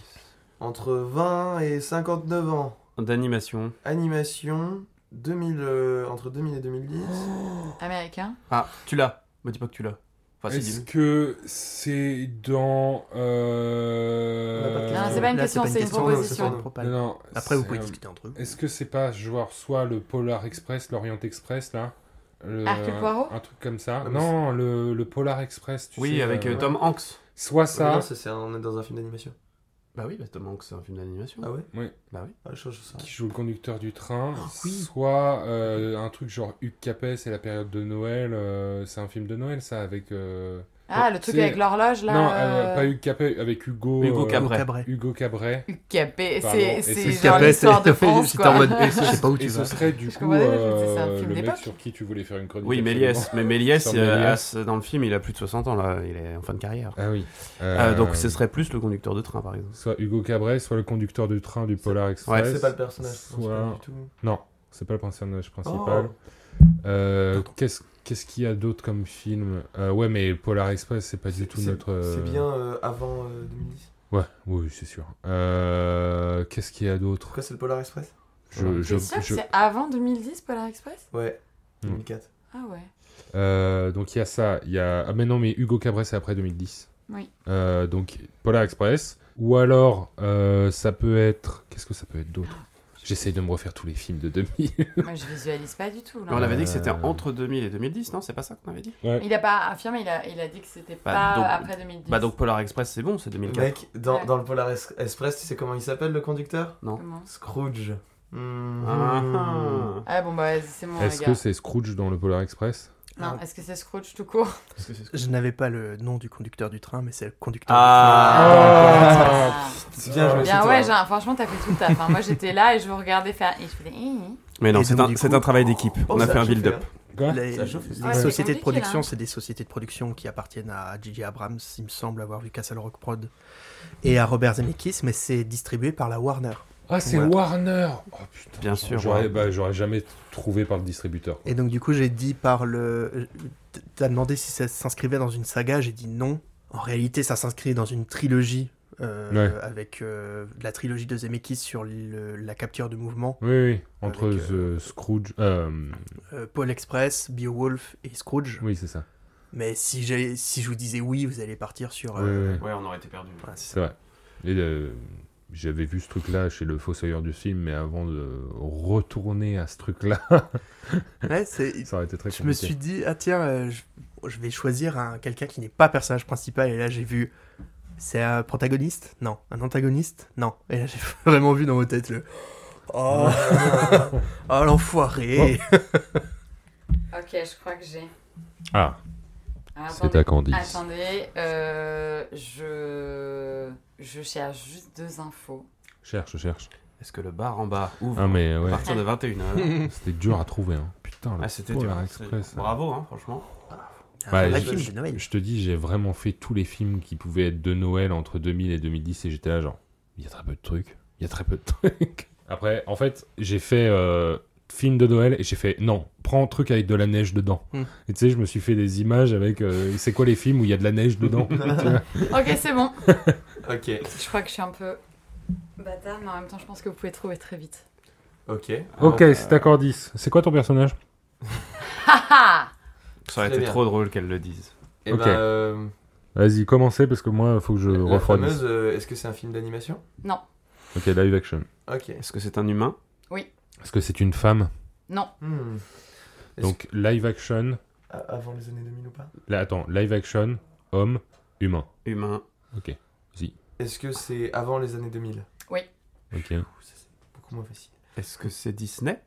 entre 20 et 59 ans. D'animation. Animation 2000, euh, entre 2000 et 2010. Américain Ah, tu l'as. Me dis pas que tu l'as. Enfin, si, Est-ce dis-le. que c'est dans. On a pas de Euh... question. Non, c'est pas une Là, question, c'est une question, non, proposition. c'est une propale. Non, non, Après, vous c'est, pouvez euh, discuter entre vous. Est-ce que c'est pas genre soit le Polar Express, l'Orient Express là le- Hercule Poirot Un truc comme ça. Ah, mais non, le, le Polar Express, tu Oui, sais, avec euh, euh, Tom Hanks. Soit Mais ça. non, ça, c'est un- on est dans un film d'animation. Bah oui, bah, Tom Hanks, c'est un film d'animation. Ah ouais Bah oui. Ah, je, je- je- ça. qui joue le conducteur du train, Ah, oui. soit euh, un truc genre Hugues Capet, c'est la période de Noël, euh, c'est un film de Noël ça avec... euh, Ah, le truc c'est- avec l'horloge là Non, euh, euh, pas Hugues Capet, avec Hugo... Hugo euh, Cabret. Après. Hugo Cabret. UKP, Pardon, et c'est c'est c'est genre l'histoire de France J'étais en quoi. mode, eh, je sais pas où Et tu ce vas. serait du Je coup comprenais, je me disais, c'est un euh, film le mec d'époque. sur qui tu voulais faire une chronique. Oui, absolument. Méliès. Mais Méliès, Sur euh, Méliès. as- dans le film, il a plus de 60 ans là. Il est en fin de carrière. Ah oui. Euh, Euh, donc, ce serait plus le conducteur de train, par exemple. Soit Hugo Cabret, soit le conducteur du train du Polar Express. Ouais, C'est pas le personnage Soit- principal du tout. Non, c'est pas le personnage principal. Euh, Qu'est-ce qu'est-ce qu'il y a d'autre comme film Euh, Ouais, mais Polar Express, c'est pas du C'est- tout c'est- notre. euh, C'est bien euh, avant euh, 2010. Ouais, oui, c'est sûr. Euh, Qu'est-ce qu'il y a d'autre Pourquoi c'est le Polar Express Je, T'es je- sûr que je- c'est avant 2010 Polar Express Ouais, Hmm. 2004. Ah ouais. euh, donc il y a ça. Il y a. Ah mais non, mais Hugo Cabret, c'est après 2010. Oui. Euh, donc Polar Express. Ou alors, euh, ça peut être. Qu'est-ce que ça peut être d'autre J'essaye de me refaire tous les films de 2000. Moi je visualise pas du tout Mais on là. avait dit que c'était Euh. entre 2000 et 2010, non C'est pas ça qu'on avait dit Ouais. Il a pas affirmé, il a, il a dit que c'était Bah, pas donc- après 2010. Bah, donc Polar Express, c'est bon, c'est 2004. Mec, dans, Ouais. dans le Polar Es- Express, tu sais comment il s'appelle le conducteur Comment Scrooge. Hmm. Ah, Ah bon bah vas-y, c'est mon Est-ce gars. que c'est Scrooge dans le Polar Express Non, est-ce que c'est Scrooge tout court Je n'avais pas le nom du conducteur du train, mais c'est le conducteur Ah. Ah. Bien joué, c'est Bien toi. ouais, genre, franchement t'as fait tout le taf. hein. Moi j'étais là et je vous regardais faire et je faisais Hi, hi. Mais non, Et c'est donc, un, du c'est coup- un travail d'équipe. Oh, on a ça fait un chauffe, build-up. hein. Quoi du train. Les, Ça chauffe, les les idées. Ouais, Ah, c'est sociétés de compliqué, production, là. c'est des sociétés de production qui appartiennent à J.J. Abrams, il me semble avoir vu Castle Rock Prod, et à Robert Zemeckis, mais c'est distribué par la Warner. Ah, c'est Ouais. Warner Oh putain. Bien sûr, J'aurais ouais. bah, j'aurais jamais trouvé par le distributeur. quoi. Et donc, du coup, j'ai dit par le. T'as demandé si ça s'inscrivait dans une saga, j'ai dit non. En réalité, ça s'inscrit dans une trilogie, euh, avec euh, la trilogie de Zemeckis sur le- la capture de mouvement. Oui, oui. Entre Avec, The Scrooge. euh, Euh, Paul Express, Beowulf et Scrooge. oui, c'est ça. Mais si, j'ai- si je vous disais oui, vous allez partir sur. Oui, oui, euh, oui. Ouais, on aurait été perdu. voilà, c'est C'est vrai. Et, euh, j'avais vu ce truc-là chez le fossoyeur du film, mais avant de retourner à ce truc-là, ça. Ouais, c'est- ça aurait été très je me compliqué. suis dit, ah tiens, euh, je, je vais choisir un, quelqu'un qui n'est pas personnage principal. Et là, j'ai vu. C'est un protagoniste Non. Un antagoniste Non. Et là, j'ai vraiment vu dans vos têtes le. Oh, Ah, l'enfoiré Ok, je crois que j'ai. Ah, Ah, c'est Attendez, à Candice. attendez euh, je... je cherche juste deux infos. Cherche, cherche. Est-ce que le bar en bas ouvre Ah, mais ouais, à partir de 21h c'était dur à trouver. hein. Putain, le Ah, c'était Polar dur. Express, C'est- hein. Bravo, hein, franchement. Ouais, Un je- film de Noël. Je te dis, j'ai vraiment fait tous les films qui pouvaient être de Noël entre 2000 et 2010 et j'étais là genre, il y a très peu de trucs, il y a très peu de trucs. Après, en fait, j'ai fait euh, film de Noël et j'ai fait non, prends un truc avec de la neige dedans. Hmm. Et tu sais, je me suis fait des images avec euh, c'est quoi les films où il y a de la neige dedans. tu vois. Ok, c'est bon. Ok, Je crois que je suis un peu bâtard, mais en même temps, je pense que vous pouvez trouver très vite. ok. ok, c'est d'accord 10. C'est quoi ton personnage Ah ah Ça aurait Très été bien. trop drôle qu'elle le dise. Et Ok. ben, euh, Vas-y, commencez parce que moi, faut que je la refroidisse. fameuse, euh, est-ce que c'est un film d'animation Ok, live action. Ok. Est-ce que c'est un humain Est-ce que c'est une femme Hmm. Est-ce Donc live action. A- Avant les années 2000 ou pas Là, attends, live action, homme, humain. Humain. Ok, Est-ce que c'est avant les années 2000 ok. Ouh, ça, c'est beaucoup moins facile. Est-ce que c'est Disney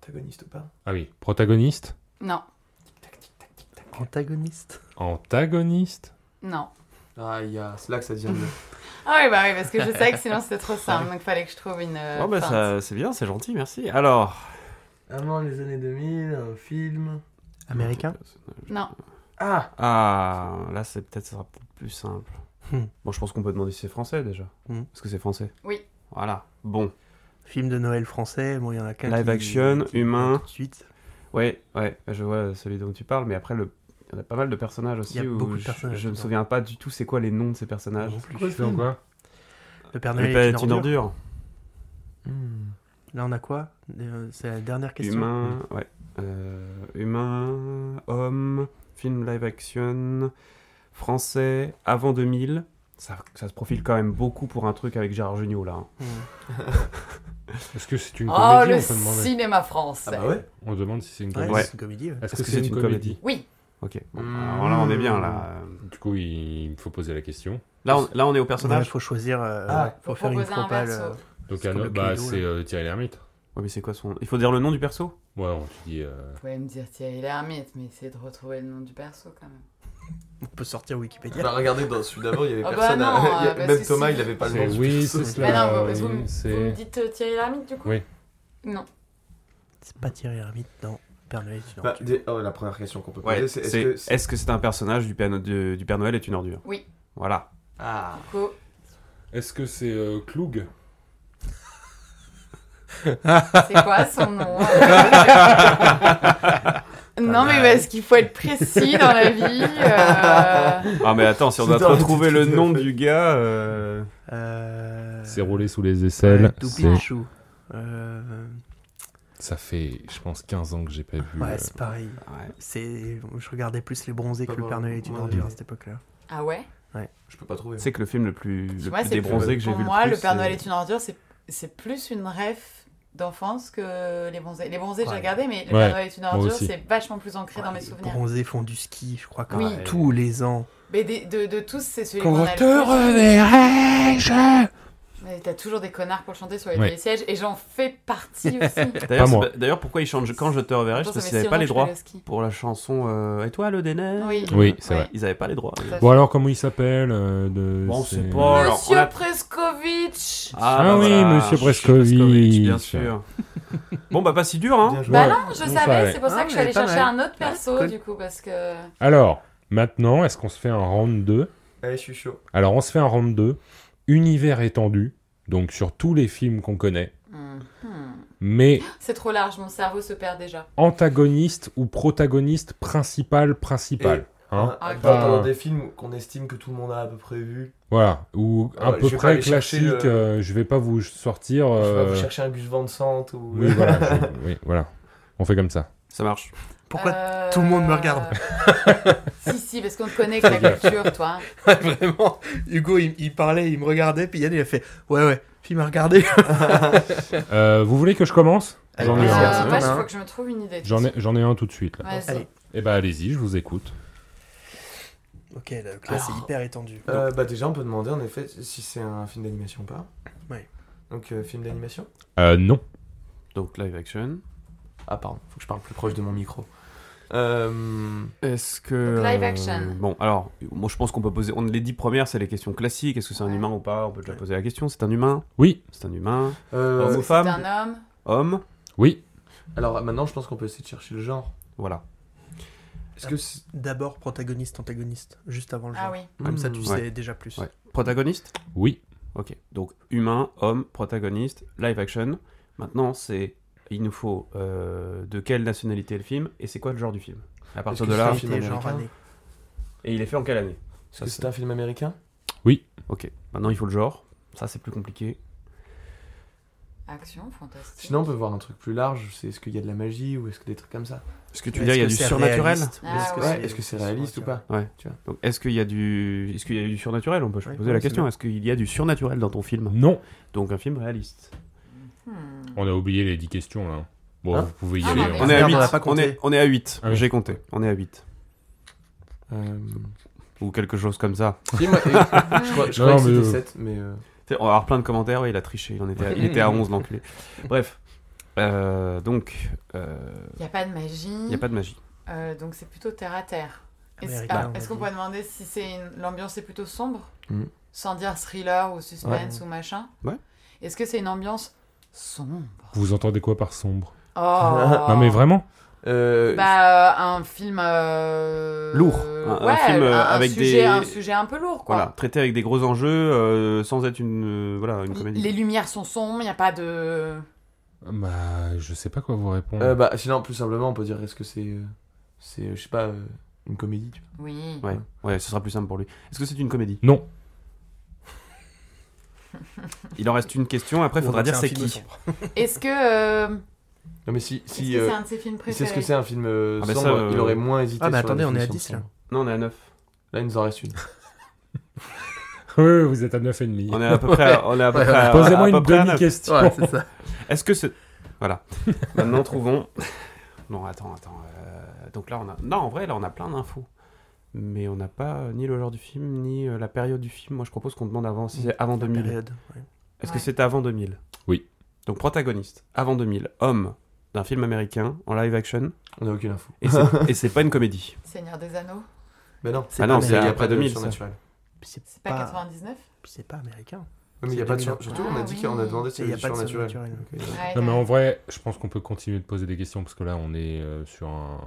Protagoniste ou pas Ah oui, protagoniste, Non, Tic-tac, tic-tac, tic-tac. Antagoniste antagoniste. non. Ah, il y a... c'est là que ça devient mieux. Ah oui, bah oui, parce que je savais que sinon c'était trop simple, donc fallait que je trouve une. euh, Oh, bah, feinte. ça- c'est bien, c'est gentil, merci. Alors. Avant les années 2000, un film. Américain Non, Ah Ah, là, c'est peut-être ça sera plus simple. Hmm. Bon, je pense qu'on peut demander si c'est français déjà. Hmm. Est-ce que c'est français Oui. Voilà. Bon. Film de Noël français, bon, il y en a qu'un Live qui- action, qui- humain. Tout de suite. Ouais, ouais, je vois celui dont tu parles, mais après, le... il y en a pas mal de personnages aussi. Il y a où beaucoup de je- personnages Je ne me dedans. souviens pas du tout c'est quoi les noms de ces personnages. Donc quoi Le Père Le Noël père est est une ordure. Là, on a quoi Euh, C'est la dernière question. Humain, ouais. Euh, humain, homme, film live action, français, avant 2000. Ça, ça se profile quand même beaucoup pour un truc avec Gérard Jugnot là. hein. Hmm. Est-ce que c'est une Oh, comédie le on, peut demander. cinéma français. Ah bah ouais on demande si c'est une Ouais, comédie. Ouais. c'est une comédie, ouais. Est-ce que, c'est une, comédie, Oui, Ok. Bon, Hmm. alors là, on est bien là. Du coup, il faut poser la question. Là, on, là, on est au Il personnage. faut choisir. euh, Ah, ouais, faut faut faire une proposer un propale. verso. euh, Donc, C'est un comme le autre, bah, Cluedo, c'est là. euh, Thierry Lhermitte. Ouais, mais c'est quoi son. Il faut dire le nom du perso Ouais, on te dit. euh, vous pouvez me dire Thierry Lhermitte, mais essayez de retrouver le nom du perso quand même. On peut sortir Wikipédia. Bah, regardez, dans celui d'avant, il y avait Ah bah personne. à- non, il y a- euh, bah Même si, Thomas, si. il avait pas le c'est- nom. du oui, perso. c'est Mais cela. non, Euh, oui, vous, vous- c'est- vous me dites euh, Thierry Lhermitte du coup Oui. Non. C'est pas Thierry Hermite, non. Père Noël est une Bah, ordure. des- oh, la première question qu'on peut poser, Ouais. c'est C'est est-ce que. c'est- Est-ce que c'est un personnage du Père, No- de- du Père Noël est une ordure Oui. Voilà. Ah Du coup, Est-ce que c'est euh, Cloug c'est quoi son nom euh Non, mais parce qu'il faut être précis dans la vie. euh, Ah, mais attends, si on doit Putain, retrouver le tout à nom fait. du gars. euh, Euh, C'est roulé sous les aisselles. ouais, Double c'est- chou. Euh, Ça fait, je pense, 15 ans que j'ai pas vu. Ouais, euh, c'est pareil. Ouais. C'est, je regardais plus les bronzés que Pas le bon. Père Noël est une Ouais. ordure à cette époque-là. Ah ouais Je peux pas trouver. C'est que le film le plus, le Tu vois, plus c'est débronzé que j'ai Pour vu. le moi, le, plus, Père c'est- Noël est une ordure, c'est- c'est plus une rêve d'enfance que les bronzés. Les bronzés, j'ai Ouais. regardé, mais le Ouais, Père Noël est une moi ordure, aussi. c'est vachement plus ancré dans Ouais, mes les souvenirs. Bronzés font du ski, je crois que Oui. tous les ans. Mais des- de, de tous, c'est celui qu'on Quand a le te plus. reverrai Mais T'as toujours des connards pour chanter sur les Ouais. télésièges, et j'en fais partie aussi. D'ailleurs, Pas c'est moi. pas- D'ailleurs, pourquoi il change Quand je te reverrai, Attends, c'est parce ça qu'ils fait n'avaient six pas ans les que je droits fais le ski. pour la chanson euh, Étoile au dénais. Ah Oui. Oui, c'est Ouais. vrai. Ils n'avaient pas les droits. Ça Bon, alors, comment il s'appelle euh, de- Bon, c'est- c'est pas- alors, Monsieur on a- Prescovitch Ah bah oui, monsieur Prescovitch. bien sûr. bon, bah pas si dur, hein Bien joué. Bah Ouais, non, je bon, savais, pareil. c'est pour Ah, ça que je suis mais allée pas chercher mal. un autre Ah, perso, cool. du coup, parce que... Alors, maintenant, est-ce qu'on se fait un round 2 Allez, Eh, je suis chaud. Alors, on se fait un round 2, univers étendu, donc sur tous les films qu'on connaît, Hmm, hmm. mais C'est trop large, mon cerveau se perd déjà. antagoniste ou protagoniste principal, principal. hein. Ah, Ah, ok. Dans dans des films qu'on estime que tout le monde a à peu près vu. Voilà, ou Ah à ouais, peu je vais pas près aller chercher classique, le- euh, je vais pas vous sortir. Je sais pas, vous euh, cherchez un Gus Van Sant ou. oui, voilà, je- oui, voilà. On fait comme ça. Ça marche. Pourquoi Euh, tout le monde me regarde Si, si, parce qu'on te connaît avec la culture, toi. Vraiment, Hugo, il, il parlait, il me regardait, puis Yann, il a fait Ouais, ouais. Puis il m'a regardé. Euh, vous voulez que je commence Avec J'en ai, Euh, plaisir, un. ça moi, va, il hein. faut que je me trouve une idée. J'en ai, j'en ai un tout de suite. Là. Vas-y. Allez. Eh ben, allez-y, je vous écoute. Ok, là, Ah. donc là, c'est Alors. hyper étendu. Euh, bah déjà on peut demander en effet si c'est un film d'animation ou pas. Ouais. Donc, euh, film d'animation Euh, non. Donc live action. Ah, pardon, faut que je parle plus proche de mon micro. Euh, Est-ce que. Donc, live euh, action. bon, alors, moi je pense qu'on peut poser. On, les dix premières, c'est les questions classiques. Est-ce que c'est un Ouais. humain ou pas On peut déjà poser la question. C'est un humain Oui. C'est un humain euh, Homme C'est ou femme un homme. Homme Oui. alors euh, maintenant, je pense qu'on peut essayer de chercher le genre. Voilà. Est-ce que c'est- D'abord protagoniste, antagoniste, juste avant le jeu. Ah oui. Comme ça, tu Hmm. Mmh. Ouais. sais déjà plus. Ouais. Protagoniste Oui. Ok. Donc humain, homme, protagoniste, live action. Maintenant, c'est. Il nous faut euh, de quelle nationalité est le film et c'est quoi le genre du film À partir que de c'est là. un film Qualité, genre américain. année. Et il est fait en quelle année Est-ce Ça, que c'est un film américain Ok. Maintenant, il faut le genre. Ça, c'est plus compliqué. Action, fantastique. Sinon, on peut voir un truc plus large. C'est est-ce qu'il y a de la magie ou est-ce que des trucs comme ça Est-ce que Est-ce tu veux dire il y a que du c'est surnaturel réaliste ou Ah est-ce que ouais. c'est- Est-ce que c'est réaliste ou pas Donc, est-ce qu'il y a du, est-ce qu'il y a du surnaturel On peut je peux Ouais, poser ouais, la c'est question. bien. Est-ce qu'il y a du surnaturel dans ton film Non. Donc un film réaliste. Hmm. On a oublié les 10 questions là. Bon, Hein vous pouvez y Ah, aller. non, mais- hein. On est à Merde, 8. on a pas on, compté. est, on est à 8. Ah oui. J'ai compté. On est à 8. Euh, Ou quelque chose comme ça. Si, moi, euh, Ah, Je crois, je Non, croyais mais, que c'était euh, 7, mais... euh, Tu sais, On va avoir plein de commentaires. Ouais, il a triché. Il, en était, à, il était à 11, l'enculé. Bref. Euh, donc, euh, Il n'y a pas de magie. il n'y a pas de magie. Euh, donc c'est plutôt terre à terre. Est-ce Américain, ah, on est-ce a qu'on dit. pourrait demander si c'est une- l'ambiance est plutôt sombre, Mhm. sans dire thriller ou suspense ou machin Ouais. Est-ce que c'est une ambiance sombre Vous entendez quoi par sombre Oh Non, mais vraiment euh, Bah euh, un film euh, Lourd. euh, Un- un ouais, film, euh, avec sujet, des- un sujet un peu lourd quoi. Voilà. Traité avec des gros enjeux euh, sans être une, euh, voilà, une comédie. Les lumières sont sombres, il n'y a pas de. Bah, je sais pas quoi vous répondre. euh, bah, sinon, plus simplement, on peut dire est-ce que c'est... euh, C'est, euh, je sais pas, euh, une comédie, tu vois. Oui. Ouais. ouais, ce sera plus simple pour lui. Est-ce que c'est une comédie Non. Il en reste une question. Après, il Ou faudra bien dire un c'est film qui. sombre. Est-ce que euh, Non, mais si... est-ce si que euh, c'est un de ses films il sait ce préférés que c'est un film euh, Ah, bah, ça, sombre, euh, il aurait moins hésité Ah, mais sur la attendez, on est à définition 10, de là. sombre. Non, on est à 9. Là, il nous en reste une. Ouais, vous êtes à 9,5. On est à peu près à, on est à peu près à- Posez-moi à peu une près à neuf. demi-question. Ouais, c'est ça. Est-ce que c'est. Voilà. Maintenant, trouvons. Non, attends, attends. euh, Donc là, on a. Non, en vrai, là, on a plein d'infos. Mais on n'a pas euh, ni le genre du film, ni euh, la période du film. Moi, je propose qu'on demande avant, si c'est avant 2000. Période, ouais. Est-ce Ouais. que c'est avant 2000 Oui. Donc, protagoniste, avant 2000, homme d'un film américain en live action. On a aucune info. Et c'est- et c'est pas une comédie. Seigneur des Anneaux Mais non, C'est Ah pas non, c'est américain. il y a après pas de 2000, ça. surnaturel. C'est C'est pas pas, 99 c'est pas américain. Oui, mais il y a C'est pas de 2000, sur- Surtout, ouais. on a dit qu'on a demandé Il s'il n'y y a avait pas du de surnaturel. surnaturel. euh, Ok. Ouais, Non mais t'as- en vrai, je pense qu'on peut continuer de poser des questions parce que là on est euh, sur un.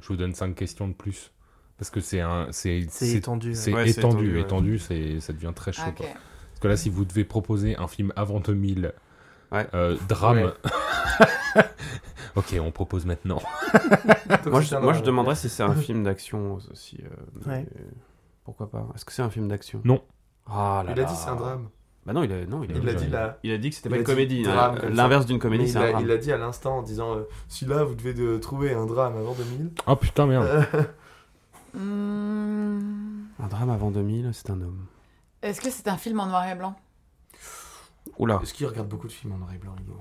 Je vous donne 5 questions de plus parce que c'est un, c'est C'est c'est étendu. c'est ouais. Ouais, c'est étendu, étendu, ouais. étendu, c'est ça devient très chaud. Ah, ok. quoi. Parce que là, si vous devez proposer un film avant 2000, Ouais. euh, drame. Ouais. ok, on propose maintenant. Donc, Moi c'est je, un moi, je drame. demanderais si c'est un film d'action aussi. euh, Ouais. euh, pourquoi pas Est-ce que c'est un film d'action Non. Ah là Il a là. dit c'est un drame. Bah non, il a, non, il a, Il l'a dit il là. il a dit que c'était il pas a une dit comédie. drame, hein. comme L'inverse d'une Mais comédie, il c'est un l'a- drame. il l'a dit à l'instant en disant euh, si là vous devez de trouver un drame avant 2000. Oh putain merde. euh, Hmm. Un drame avant 2000, c'est un homme. Est-ce que c'est un film en noir et blanc Euh, Oula. Est-ce qu'il regarde beaucoup de films en noir et blanc, Hugo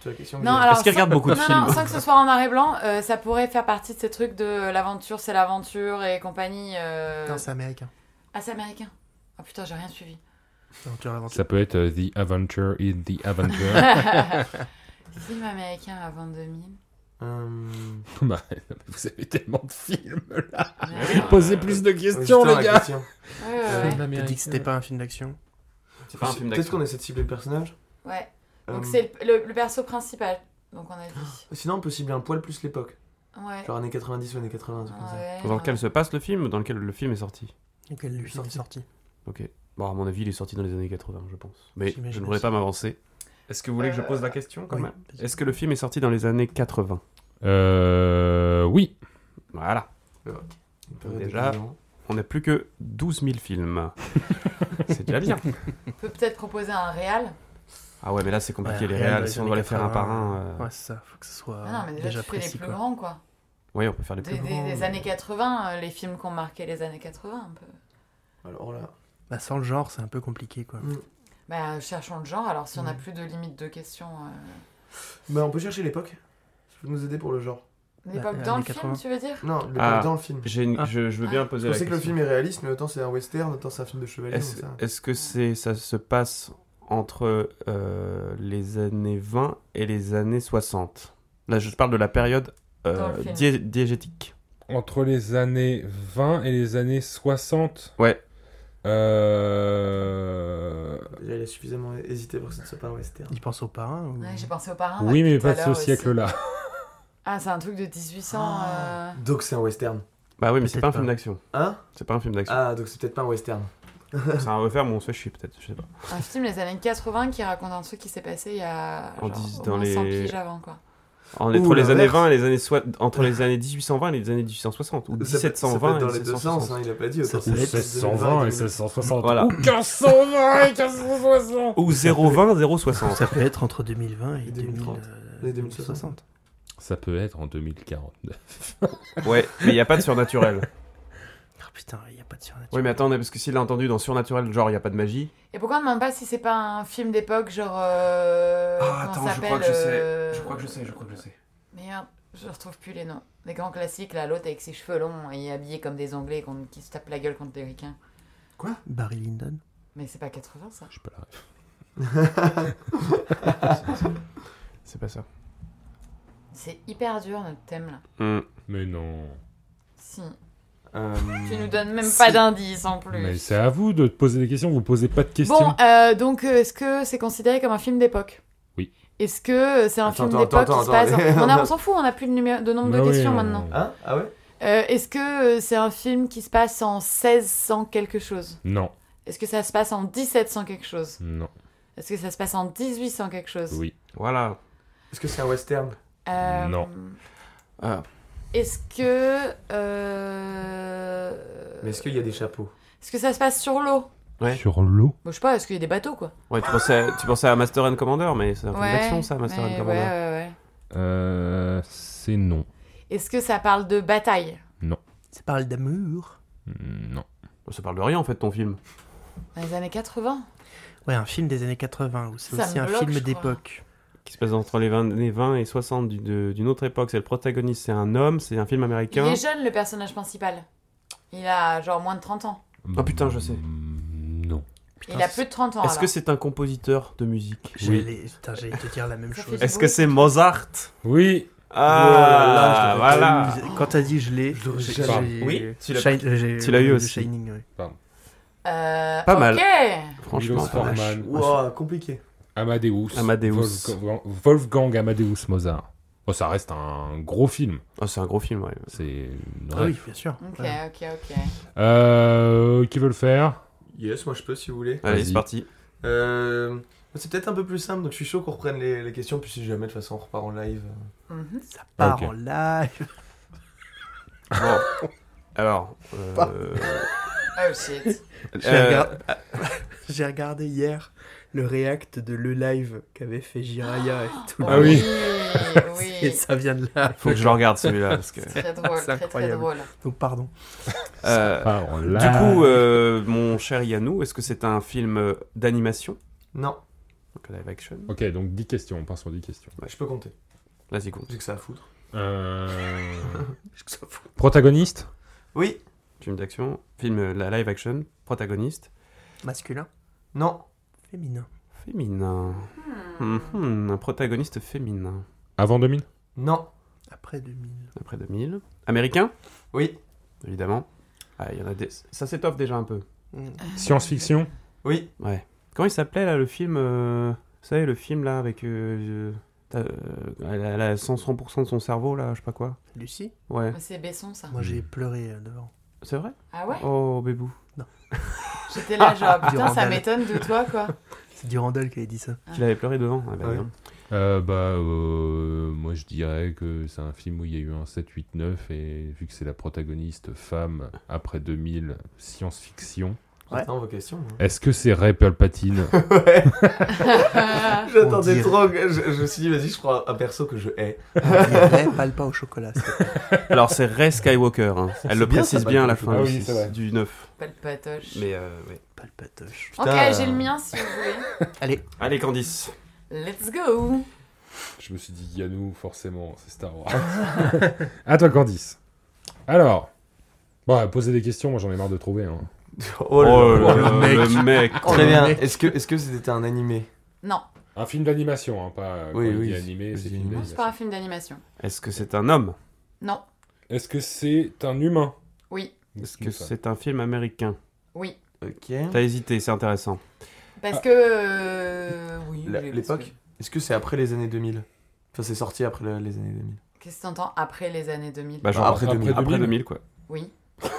C'est la question. Non, que- alors- Est-ce qu'il sans- regarde beaucoup de non, films non, sans que ce soit en noir et blanc, euh, ça pourrait faire partie de ces trucs de l'aventure, c'est l'aventure et compagnie. euh, Non, c'est américain. Ah, c'est américain. Ah putain, j'ai rien suivi. Aventure, aventure. Ça peut être euh, The Adventure in the Adventure. film américain avant 2000. ah. Euh, Bah, vous avez tellement de films là. Merde. Posez plus de questions, putain, les la Ah, gars. question. Ouais, ouais, ouais. Euh, T'as dit que c'était pas un film d'action. C'est pas un film Peut-être d'action. qu'on essaie de cibler le personnage. Ouais. Donc Euh, c'est le, le- le perso principal. Donc on a dit. Sinon, on peut cibler un poil plus l'époque. Ouais. Genre années 90 ou années 80, un truc comme ça. Ouais, Dans lequel ouais. se passe le film Dans lequel le film est sorti Donc elle lui Sorti. est sortie. Ok. Bon, à mon avis, il est sorti dans les années 80, je pense. Mais J'imagine je ne voulais aussi. pas m'avancer. Est-ce que vous voulez que je pose la question quand Oui, même vas-y. Est-ce que le film est sorti dans les années 80 Euh, oui. Voilà. Une période de Déjà. dix ans. On n'a plus que 12 000 films. c'est déjà bien. On peut peut-être proposer un réal. Ah ouais, mais là c'est compliqué Ouais, les rien dans réels. les Si on doit les faire un par 80, un. euh, Ouais, c'est ça. Faut que ce soit Ah non, mais déjà, déjà tu fais les précis. plus quoi. grands quoi. Ouais, on peut faire les Des, plus des- grands, des mais- années 80, euh, les films qui ont marqué les années 80 un peu. Alors là. Bah, sans le genre, c'est un peu compliqué quoi. Bah, cherchons le genre, alors si on a Mm. plus de limite de questions. euh, Bah, on peut chercher l'époque. Ça peut nous aider pour le genre. L'époque euh, dans le années film, 80. tu veux dire Non, l'époque Ah. dans le film. J'ai une- Ah. je, je veux bien poser On la sait que question. le film est réaliste, mais autant c'est un western, autant c'est un film de chevalier. Est-ce donc ça- est-ce que c'est ça se passe entre euh, les années 20 et les années 60. Là, je parle de la période euh, Dans le film. dié- diégétique. Entre les années 20 et les années 60. Ouais. Euh... Déjà, il a suffisamment hésité pour que ça ne soit pas un western. Il pense au parrain ou... Ouais, j'ai pensé au parrain. Oui, là, mais tout à pas de l'heure ce aussi. siècle-là. Ah, c'est un truc de 1800. Ah. euh, Donc c'est un western. Bah oui, mais c'est Peut-être pas un pas. film d'action. Hein C'est pas un film d'action. Ah, donc c'est peut-être pas un western. Ah. C'est un refaire, mais on se fait chier peut-être, je sais pas. Un film des années 80 qui raconte un truc qui s'est passé il y a En genre, dix- au dans moins 100 les- piges avant, quoi. En- Ou entre les années l'inverse. 20 et les années soi- entre les années 1820 et les années 1860 ou Ça peut- ça peut être 1720 et dans les deux sens, 1760. hein, il a pas dit. autant Ça c'est Ou peut être 1620 et 1660. Voilà. Ou 1520 et hein. 1560. Ou 020 060. Ça peut être entre 2020 et, Et 2030. 2000, euh, Et 2060. Ça peut être en 2049. ouais, mais il y a pas de surnaturel. Ah putain, il n'y a pas de surnaturel. Oui, mais attendez parce que s'il a entendu dans surnaturel genre il y a pas de magie. Et pourquoi on ne demande pas si c'est pas un film d'époque, genre. euh, Ah, comment attends, ça je crois que je s'appelle, sais. euh, que je sais. Merde, je retrouve plus les noms. Les grands classiques, là, l'autre avec ses cheveux longs et habillé comme des Anglais qu'on- qui se tape la gueule contre des Ricains. Barry Lyndon. Mais c'est pas 80 ça. Je sais pas la ref. C'est pas ça. C'est hyper dur notre thème là. Hmm. Mais non. Si. Euh, Tu nous donnes même Si. pas d'indices en plus. Mais c'est à vous de te poser des questions. Vous posez pas de questions. Bon, euh, donc euh, est-ce que c'est considéré comme un film d'époque Oui. Est-ce que euh, c'est un Attends, film attends, d'époque attends, qui se passe attends, en- attends. on, a- on s'en fout, on a plus de, numé- de nombre Bah de oui, questions on- maintenant. Hein Ah ouais Euh, est-ce que euh, c'est un film qui se passe en 1600 quelque chose Non, Est-ce que ça se passe en 1700 quelque chose non, Est-ce que ça se passe en 1800 quelque chose oui. Voilà. Est-ce que c'est un western Euh, Non. Ah, Est-ce que. euh, Mais est-ce qu'il y a des chapeaux Est-ce que ça se passe sur l'eau Ouais. Sur l'eau Bon, je sais pas, est-ce qu'il y a des bateaux quoi ouais, tu pensais à, tu pensais à Master and Commander mais c'est un film d'action ça Master and mais Commander. ouais, ouais, ouais. euh, C'est non. Est-ce que ça parle de bataille Ça parle d'amour. Non. Ça parle de rien en fait ton film. Dans les années 80 Ouais, un film des années 80 où c'est Ça aussi me un bloque, je film crois. d'époque. Qui se passe entre les 20, années 20 et 60 du- de- d'une autre époque. C'est le protagoniste, c'est un homme, c'est un film Il américain. est jeune le personnage principal. Il a genre moins de 30 ans. Ah, putain, je sais. Bah, Mm, Non. Putain, il a plus de 30 ans. Est-ce que alors. c'est un compositeur de musique Oui. J'allais putain, j'allais te dire la même Ça chose. fait Est-ce que c'est Mozart Oui. Ah, Oh là là, je voilà. Euh, Quand t'as dit je l'ai, Je l'aurais j'ai- jamais. j'ai- Oui, tu l'as- Shine- j'ai- tu l'as eu le aussi. Shining, ouais. Euh, Pas mal. Ok Franchement, Milos ça- Forman, Ouah, compliqué. Amadeus. Amadeus. Wolfgang, Wolfgang Amadeus Mozart. Oh, ça reste un gros film. Ah, c'est un gros film, ouais. C'est. Ah oui, bien sûr. Ok, Voilà. ok, ok. Euh, qui veut le faire Yes, moi je peux si vous voulez. Allez, Vas-y. c'est parti. Euh, c'est peut-être un peu plus simple, donc je suis chaud qu'on reprenne les, les questions, puis si jamais de toute façon on repart en live. Mhm. Ça part Ok. en live. Bon. Alors, euh, Oh shit. J'ai euh, regardé- J'ai regardé hier le react de le live qu'avait fait Jiraya et tout. le Ah monde. oui. Et Oh, oui. ça vient de là. faut que je le regarde celui-là parce que. Très drôle, C'est très très incroyable. drôle. Donc pardon. Euh, Ah, on du l'a. coup, euh, mon cher Yannou, est-ce que c'est un film euh, d'animation, Non, donc live action Ok, donc 10 questions. On part sur 10 questions. je peux compter. Vas-y, compte. J'ai que ça à foutre. Euh, Je que ça fout. Protagoniste Oui, Film d'action, film euh, la live action, protagoniste, Masculin, non, féminin. féminin. Hum, hum, un protagoniste féminin. Avant 2000 non, Après 2000. Après 2000. Américain, oui, évidemment. Ah, il y en a des. Ça s'étoffe déjà un peu. Hmm. Science-fiction oui, Ouais. Comment il s'appelait là le film euh, Vous savez le film là avec euh, euh, t'as, euh, elle, a- elle a 100% de son cerveau là, je sais pas quoi. Lucie Ouais. C'est Besson ça. Moi Hmm. j'ai pleuré euh, devant. C'est vrai Ah ouais Oh bébou. J'étais là genre putain ça Durandal. m'étonne de toi quoi. C'est Durandal qui avait dit ça. Il avait pleuré devant. Ah, bah, Ouais. non. Euh, bah, euh, moi je dirais que c'est un film où il y a eu un 7-8-9 et vu que c'est la protagoniste femme après 2000 science-fiction, Ouais. Attends vos questions. hein. est-ce que c'est Ray Palpatine Ouais, Ah, j'attendais dirait. trop. que- Je, je me suis dit, vas-y, je prends un perso que je hais. Ouais, palpa au chocolat. Alors c'est Ray Skywalker. hein. Elle le bien, précise ça, bien à la Palpatine. Ah fin du oui, six- c'est vrai. du 9. Pas le patoche. Mais euh, ouais. Palpatoche. Ok, Putain. j'ai le mien si vous voulez. Allez, Allez Candice. Let's go. Je me suis dit Yannou, forcément, c'est Star Wars. à toi Candice. Alors, bon, posez des questions, moi j'en ai marre de trouver. hein. Oh là Oh là. là là, le mec. Oh, Très le bien. mec. Est-ce que est-ce que c'était un animé Non, Un film d'animation, hein, pas euh, Oui, quand il oui, dit animé, je c'est dis film animé. c'est pas un film d'animation. Est-ce que c'est un homme Non, Est-ce que c'est un humain oui, Est-ce que c'est un film américain oui. Ok. T'as hésité, c'est intéressant. Parce que. euh, oui, La- oui, l'époque parce Est-ce que c'est après les années 2000 Enfin, c'est sorti après le- les années 2000. que- Qu'est-ce que t'entends après les années 2000 Bah, genre Après après, 2000. 2000. quoi. Oui.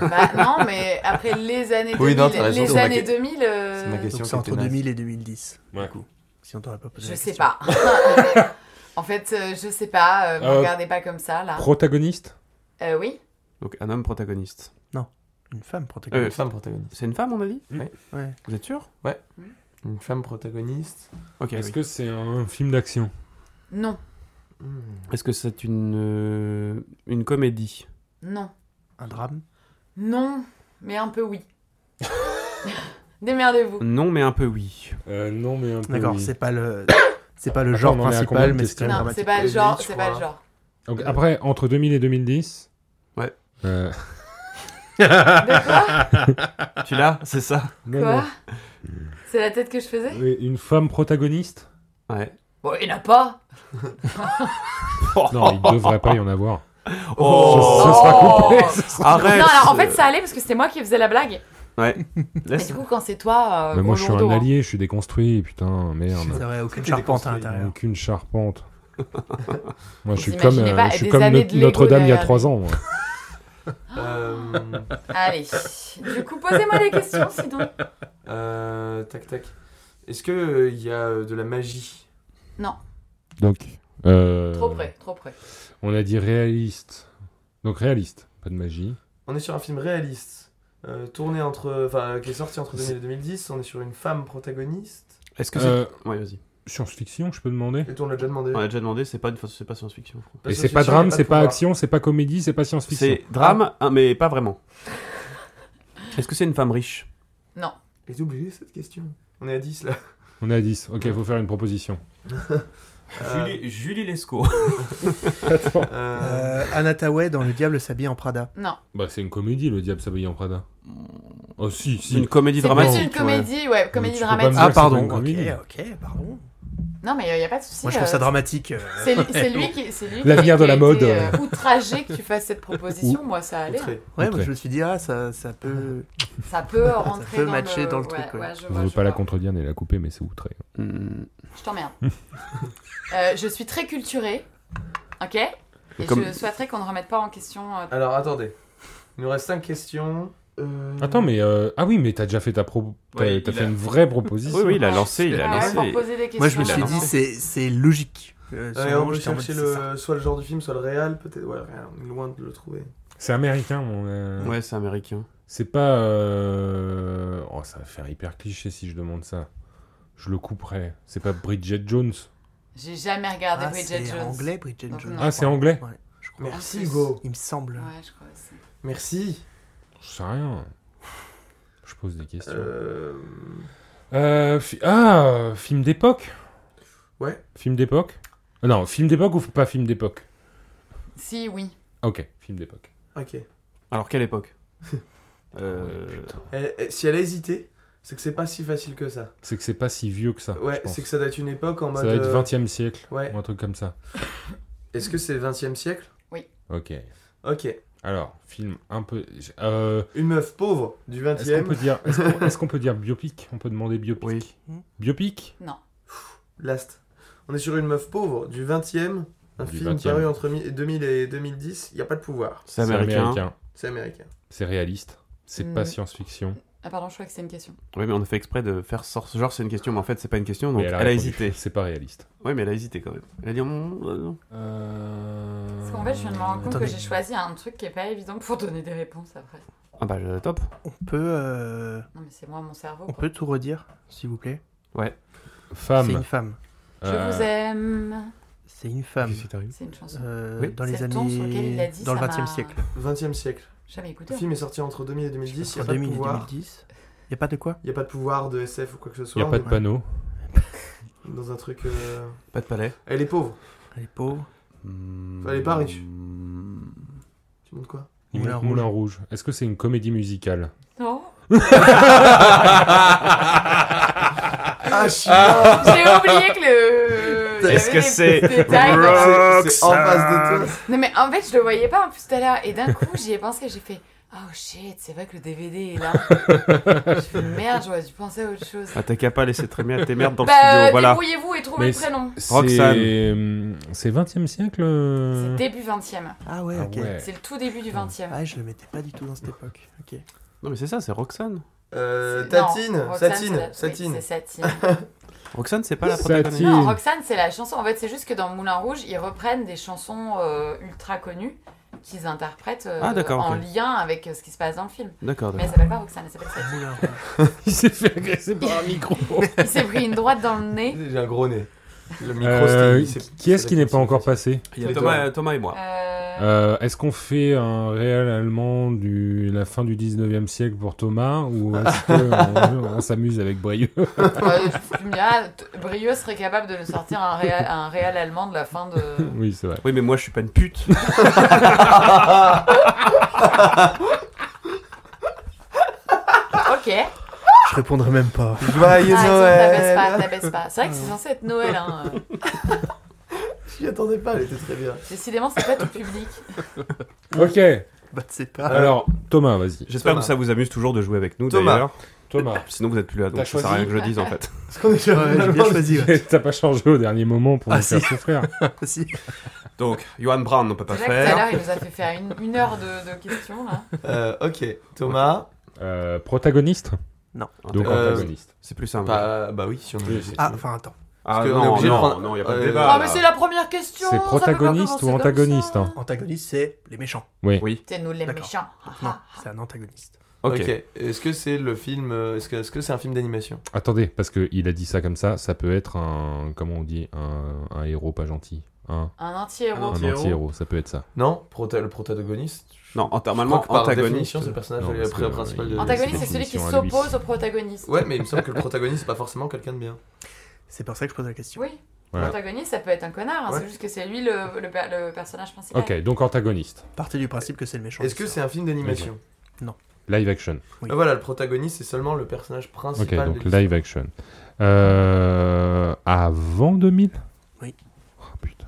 bah, non, mais après les années 2000. Oui, non, t'as raison, c'est les ma années que- 2000. euh, c'est ma question. Donc qui c'est entre était naze. 2000 et 2010. Ouais. Du coup, si on t'aurait pas posé Je la sais question. pas. en fait, euh, je sais pas. euh, me Euh, regardez pas comme ça, là. Protagoniste Euh, oui. Donc un homme protagoniste. Une femme Une protagoniste. femme protagoniste. C'est une femme, on a dit Ouais. Vous êtes sûr Une femme protagoniste. Ok. Est-ce oui. que c'est un film d'action Non, Hmm. Est-ce que c'est une, euh, une comédie non, Un drame. non, mais un peu oui. Démerdez-vous. Non, mais un peu oui. Euh, Non, mais un peu. D'accord, oui. c'est pas le c'est pas le Attends, genre on en est à combien principal, de mais c'est quand même Non, c'est dramatique. pas le Et genre, lui, je c'est pas le crois. genre. Donc, après, entre 2000 et 2010. Ouais. Euh, De quoi tu l'as C'est ça non, Quoi non. C'est la tête que je faisais Et Une femme protagoniste Ouais. Bon, il n'a pas. Non, il devrait pas y en avoir. Oh, Ce- ce sera Oh. coupé, ce sera- Arrête non, alors en fait, ça allait parce que c'était moi qui faisais la blague. Ouais. Mais Laisse- du coup, quand c'est toi, euh, Mais moi, gros je suis un lourdeau, hein. allié, je suis déconstruit, putain, C'est merde. vrai, aucune Tout est charpente à déconstruit. l'intérieur. Aucune charpente. Moi, je Vous suis comme, imaginez euh, pas, je suis des comme années Not- de Lego Notre-Dame il y a derrière. 3 ans. moi. Euh, Allez, du coup, posez-moi des questions sinon. euh, tac tac. Est-ce que euh, il y a euh, de la magie Donc, euh, Trop près, trop près. On a dit réaliste. Donc réaliste, pas de magie. On est sur un film réaliste, euh, tourné entre, enfin, euh, qui est sorti entre 2000 et 2010. On est sur une femme protagoniste. Est-ce que c'est. Euh, Ouais, vas-y. Science-fiction, je peux demander Et on l'a déjà demandé. On a déjà demandé, c'est pas, une... c'est pas science-fiction, je crois. Et c'est pas drame, c'est pas action, c'est pas comédie, c'est pas science-fiction. C'est drame, Ah. hein, mais pas vraiment. Est-ce que c'est une femme riche Et j'ai oublié cette question. On est à 10 là. On est à 10. Ok, faut faire une proposition. Euh, Julie Lescaut. euh, Euh, Anna Tawai dans Le Diable s'habille en Prada. Non, Bah, c'est une comédie, le diable s'habille en Prada. Oh, si, C'est Mm. une si. comédie c'est plus dramatique. une comédie, ouais, comédie tu peux pas me dramatique. dire Ah que c'est pas pardon. une Ok, comédie. ok, pardon. Non, mais il n'y a pas de souci. Moi je trouve euh, ça dramatique. euh, C'est c'est lui qui. c'est lui qui- L'avenir de qui la a été, mode, euh, outragé que tu fasses cette proposition, moi ça allait. outré. Ouais, Ok. moi je me suis dit ah ça ça peut. Ça peut rentrer peut dans matcher le... dans le ouais, truc, ouais. ouais, je Je vois, veux je pas la vois. contredire ni la couper, mais c'est outré. Hmm. Je t'emmerde. Euh, je suis très culturée, ok Et Comme- je souhaiterais qu'on ne remette pas en question. euh, Alors attendez. Il nous reste 5 questions. Euh, Attends, mais. euh, Ah oui, mais t'as déjà fait ta pro. T'as Ouais, t'as il fait a- une vraie proposition. Oui, oui, il a lancé, il ouais, a Ah, pour lancé. poser des questions. Moi je me la suis euh, dit lancée. c'est c'est logique. Euh, sur Ouais, le on moment, peut j'étais en mode, chercher c'est ça. le, soit le genre du film, soit le réal, peut-être. Ouais, rien, loin de le trouver. C'est américain, mon. euh, Ouais, c'est américain. C'est pas. euh, Oh, ça va faire hyper cliché si je demande ça. Je le couperai. C'est pas Bridget Jones. J'ai jamais regardé Ah, Bridget c'est Jones. anglais Bridget Donc, Jones. non. Ah, c'est anglais Merci plus. Hugo. Il me semble. Ouais, je crois aussi. Merci. Je sais rien. Je pose des questions. Euh, Euh, fi- Ah, film d'époque Ouais. Film d'époque Ah Non, film d'époque ou f- pas film d'époque Ah, Si, oui. Ok, film d'époque. ok. Eh, Alors, quelle époque Euh, Ouais, putain. Elle- elle- eh, si elle a hésité, c'est que c'est pas si facile que ça. C'est que c'est pas si vieux que ça. Ah, Ouais, je pense. c'est que ça date une époque en Ça mode. doit euh, être 20 e siècle ouais. ou un truc comme ça. Est-ce que c'est 20 e siècle Ok. Ok. Alors, film un peu. euh, Une meuf pauvre du 20 Est-ce qu'on peut e dire, est-ce qu'on- est-ce qu'on peut dire biopic On peut demander biopic. Oui. Biopic Last. On est sur une meuf pauvre du 20 e un Du film 20e. paru entre mi- 2000 et 2010, il n'y a pas de pouvoir. C'est américain. C'est américain. C'est réaliste. C'est pas Mm. science-fiction. Ah, pardon, je crois que c'est une question. Oui, mais on a fait exprès de faire sort. Genre, c'est une question, mais en fait, c'est pas une question, donc Mais elle, a répondu, hésité. C'est pas réaliste. Oui, mais elle a hésité quand même. Elle a dit. Hum, euh, non. Parce Euh, qu'en fait, je viens de me rendre compte Attendez. que j'ai choisi un truc qui est pas évident pour donner des réponses après. Ah bah, euh, top. On peut euh, Non, mais c'est moi, mon cerveau. on quoi. peut tout redire s'il vous plaît. C'est Femme. une femme. Je euh, vous aime. C'est une femme. C'est une chanson. euh, Oui. dans les C'est le ton sur lequel il l'a années dit, dans le ça 20e m'a- siècle. 20 e siècle. Jamais écouté. Le film est sorti entre 2000 et 2010, il n'y a Entre pas de 2000 et pouvoir. 2010. Il y a pas de quoi Il n'y a pas de pouvoir de SF ou quoi que ce Y soit. a pas de on panneau. est Dans un truc. euh, Pas de palais. Elle est pauvre. Elle est pauvre. Hmm. Fallait pas riche. Tu montes quoi Moulin Moulin Rouge. Est-ce que c'est une comédie musicale Non. Ah, chien J'ai oublié que le. il y Est-ce avait des que c'est- petits détails. C'est- c'est en face de toi. Non, mais en fait, je le voyais pas en plus tout à l'heure. Et d'un coup, j'y ai pensé. J'ai fait Oh shit, c'est vrai que le DVD est là. je fais Merde, j'aurais dû penser à autre chose. Ah, t'as qu'à pas laisser traîner à tes merdes dans le Bah, studio, euh, voilà. débrouillez-vous et trouvez Mais le prénom. Roxane. C'est hum, c'est 20e siècle C'est euh, début 20e. Ah ouais, ah ok. ouais. C'est le tout début du 20e. Ah, je le mettais pas du tout dans cette époque. Ok. Non, mais c'est ça, c'est Roxane. Euh, C'est- Tatine, non, Roxane, Satine, c'est la- oui, Satine. c'est Satine. Roxane, c'est pas la Satine. protagoniste. Non, Roxane, c'est la chanson. En fait, c'est juste que dans Moulin Rouge, ils reprennent des chansons euh, ultra connues qu'ils interprètent euh, Ah, d'accord, en ok. lien avec euh, ce qui se passe dans le film. D'accord, Mais elle d'accord. s'appelle pas Roxane, elle s'appelle Satine. Moulin Rouge. Il s'est fait agresser par un micro. Il s'est pris une droite dans le nez. J'ai un gros nez. Le micro, Euh, c'était- c'est- qui est-ce c'est qui la n'est pas encore question. passé Il y a Les Thomas, doigts. Thomas et moi. Euh, Euh, Est-ce qu'on fait un réel allemand de la fin du 19e siècle pour Thomas ou est-ce qu'on on, s'amuse avec Brieux euh, tu me diras, t- Brieux serait capable de nous sortir un réal, un réal allemand de la fin de. Oui, c'est vrai. Oui, mais moi, je suis pas une pute. Ok. Je répondrai même pas. Joyeux Ah, t'abaisse Noël pas, t'abaisse pas. C'est vrai que c'est censé être Noël. Hein. euh. J'y attendais pas, elle était très bien. Décidément, c'est pas tout public. Ok, Bah, c'est pas. alors Thomas, vas-y. J'espère Thomas. que ça vous amuse toujours de jouer avec nous, Thomas. d'ailleurs. Thomas, Sinon, vous êtes plus là, donc T'as ça sert à rien choisi que je le dise, en fait. Est-ce qu'on est déjà Ouais, j'ai bien choisi. ouais. t'as pas changé au dernier moment pour Ah, nous faire si. souffrir. Si. Donc, Johan Brown, on peut pas C'est vrai que tout à faire. l'heure, il nous a fait faire une, une heure de, de questions. Là. Euh, ok, Thomas. Euh, protagoniste Donc Euh, antagoniste. C'est plus simple. Bah, bah oui, si on Oui, c'est- Ah, enfin, attends. Ah Parce qu'on non, est obligé de non, prendre- non, il y a pas de Euh, débat. Ah, là. mais c'est la première question. C'est ça peut pas protagoniste commencer ou comme antagoniste, ça. hein. Antagoniste, c'est les méchants. C'est nous les D'accord. méchants. Non, c'est un antagoniste. Ok. ok. Est-ce que c'est le film euh, Est-ce que est-ce que c'est un film d'animation Attendez, parce qu'il a dit ça comme ça, ça peut être un. Comment on dit Un, un héros pas gentil. Un, Un anti-héros. Un un anti-héros. anti-héros, ça peut être ça. Non, prota- le protagoniste. Je Non, en- crois normalement, que par antagoniste. définition, c'est le personnage Non, le parce que, euh, principal il- de. un- Antagoniste, c'est c'est celui qui définition à lui. s'oppose au protagoniste. Ouais, mais il me semble que le protagoniste, c'est pas forcément quelqu'un de bien. C'est pour ça que je pose la question. Oui. Voilà. Protagoniste, ça peut être un connard. hein, Ouais. C'est juste que c'est lui le, le per- le personnage principal. Ok, donc antagoniste. Partez du principe que c'est le méchant. Est-ce que c'est un film d'animation Live action. Oui. Ah, Voilà, le protagoniste, c'est seulement le personnage Ok, principal. donc de live action. Euh, avant 2000 Oui. Oh putain.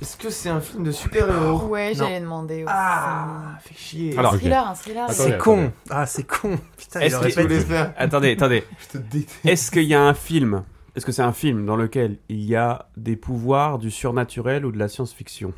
Est-ce que c'est un film de super-héros Ouais, Non. j'allais demander. aussi. Ah, fait chier. Un Alors, thriller, un thriller. Ah, Attendez, c'est attendez. con Ah, c'est con Putain, il Est-ce aurait qu'il- pas je été... voulais faire. Attendez, attendez. Je te déteste. Est-ce qu'il y a un film Est-ce que c'est un film dans lequel il y a des pouvoirs, du surnaturel ou de la science-fiction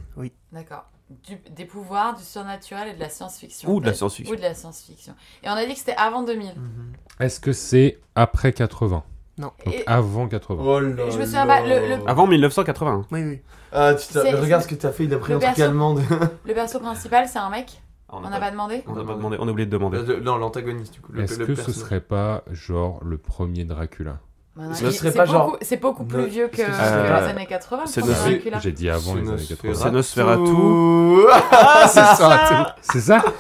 D'accord. Du- des pouvoirs, du surnaturel et de la science-fiction. Ou de la Et- Ou science-fiction de la science-fiction. Et on a dit que c'était avant 2000. Mhm. Est-ce que c'est après 80 Donc Et- avant 80. Oh là Je me souviens pas, là. le- le- Avant 1981. Oui, oui. Ah, tu t'as- C'est- regarde ce que t'as fait, il a pris Le un truc perso. allemand. Le perso principal, c'est un mec On On n'a pas demandé on a pas demandé, on a oublié de demander. Euh, Non, l'antagoniste, du coup. le- Est-ce le que ce personnage. serait pas genre le premier Dracula Bah non, Ce il- serait c'est pas beaucoup- genre- C'est beaucoup plus Ne- vieux que, est-ce que que ce serait les pas- années 80. c'est le premier ne- Dracula. J'ai dit avant les années 80. C'est Nosferatu. Ah, C'est ça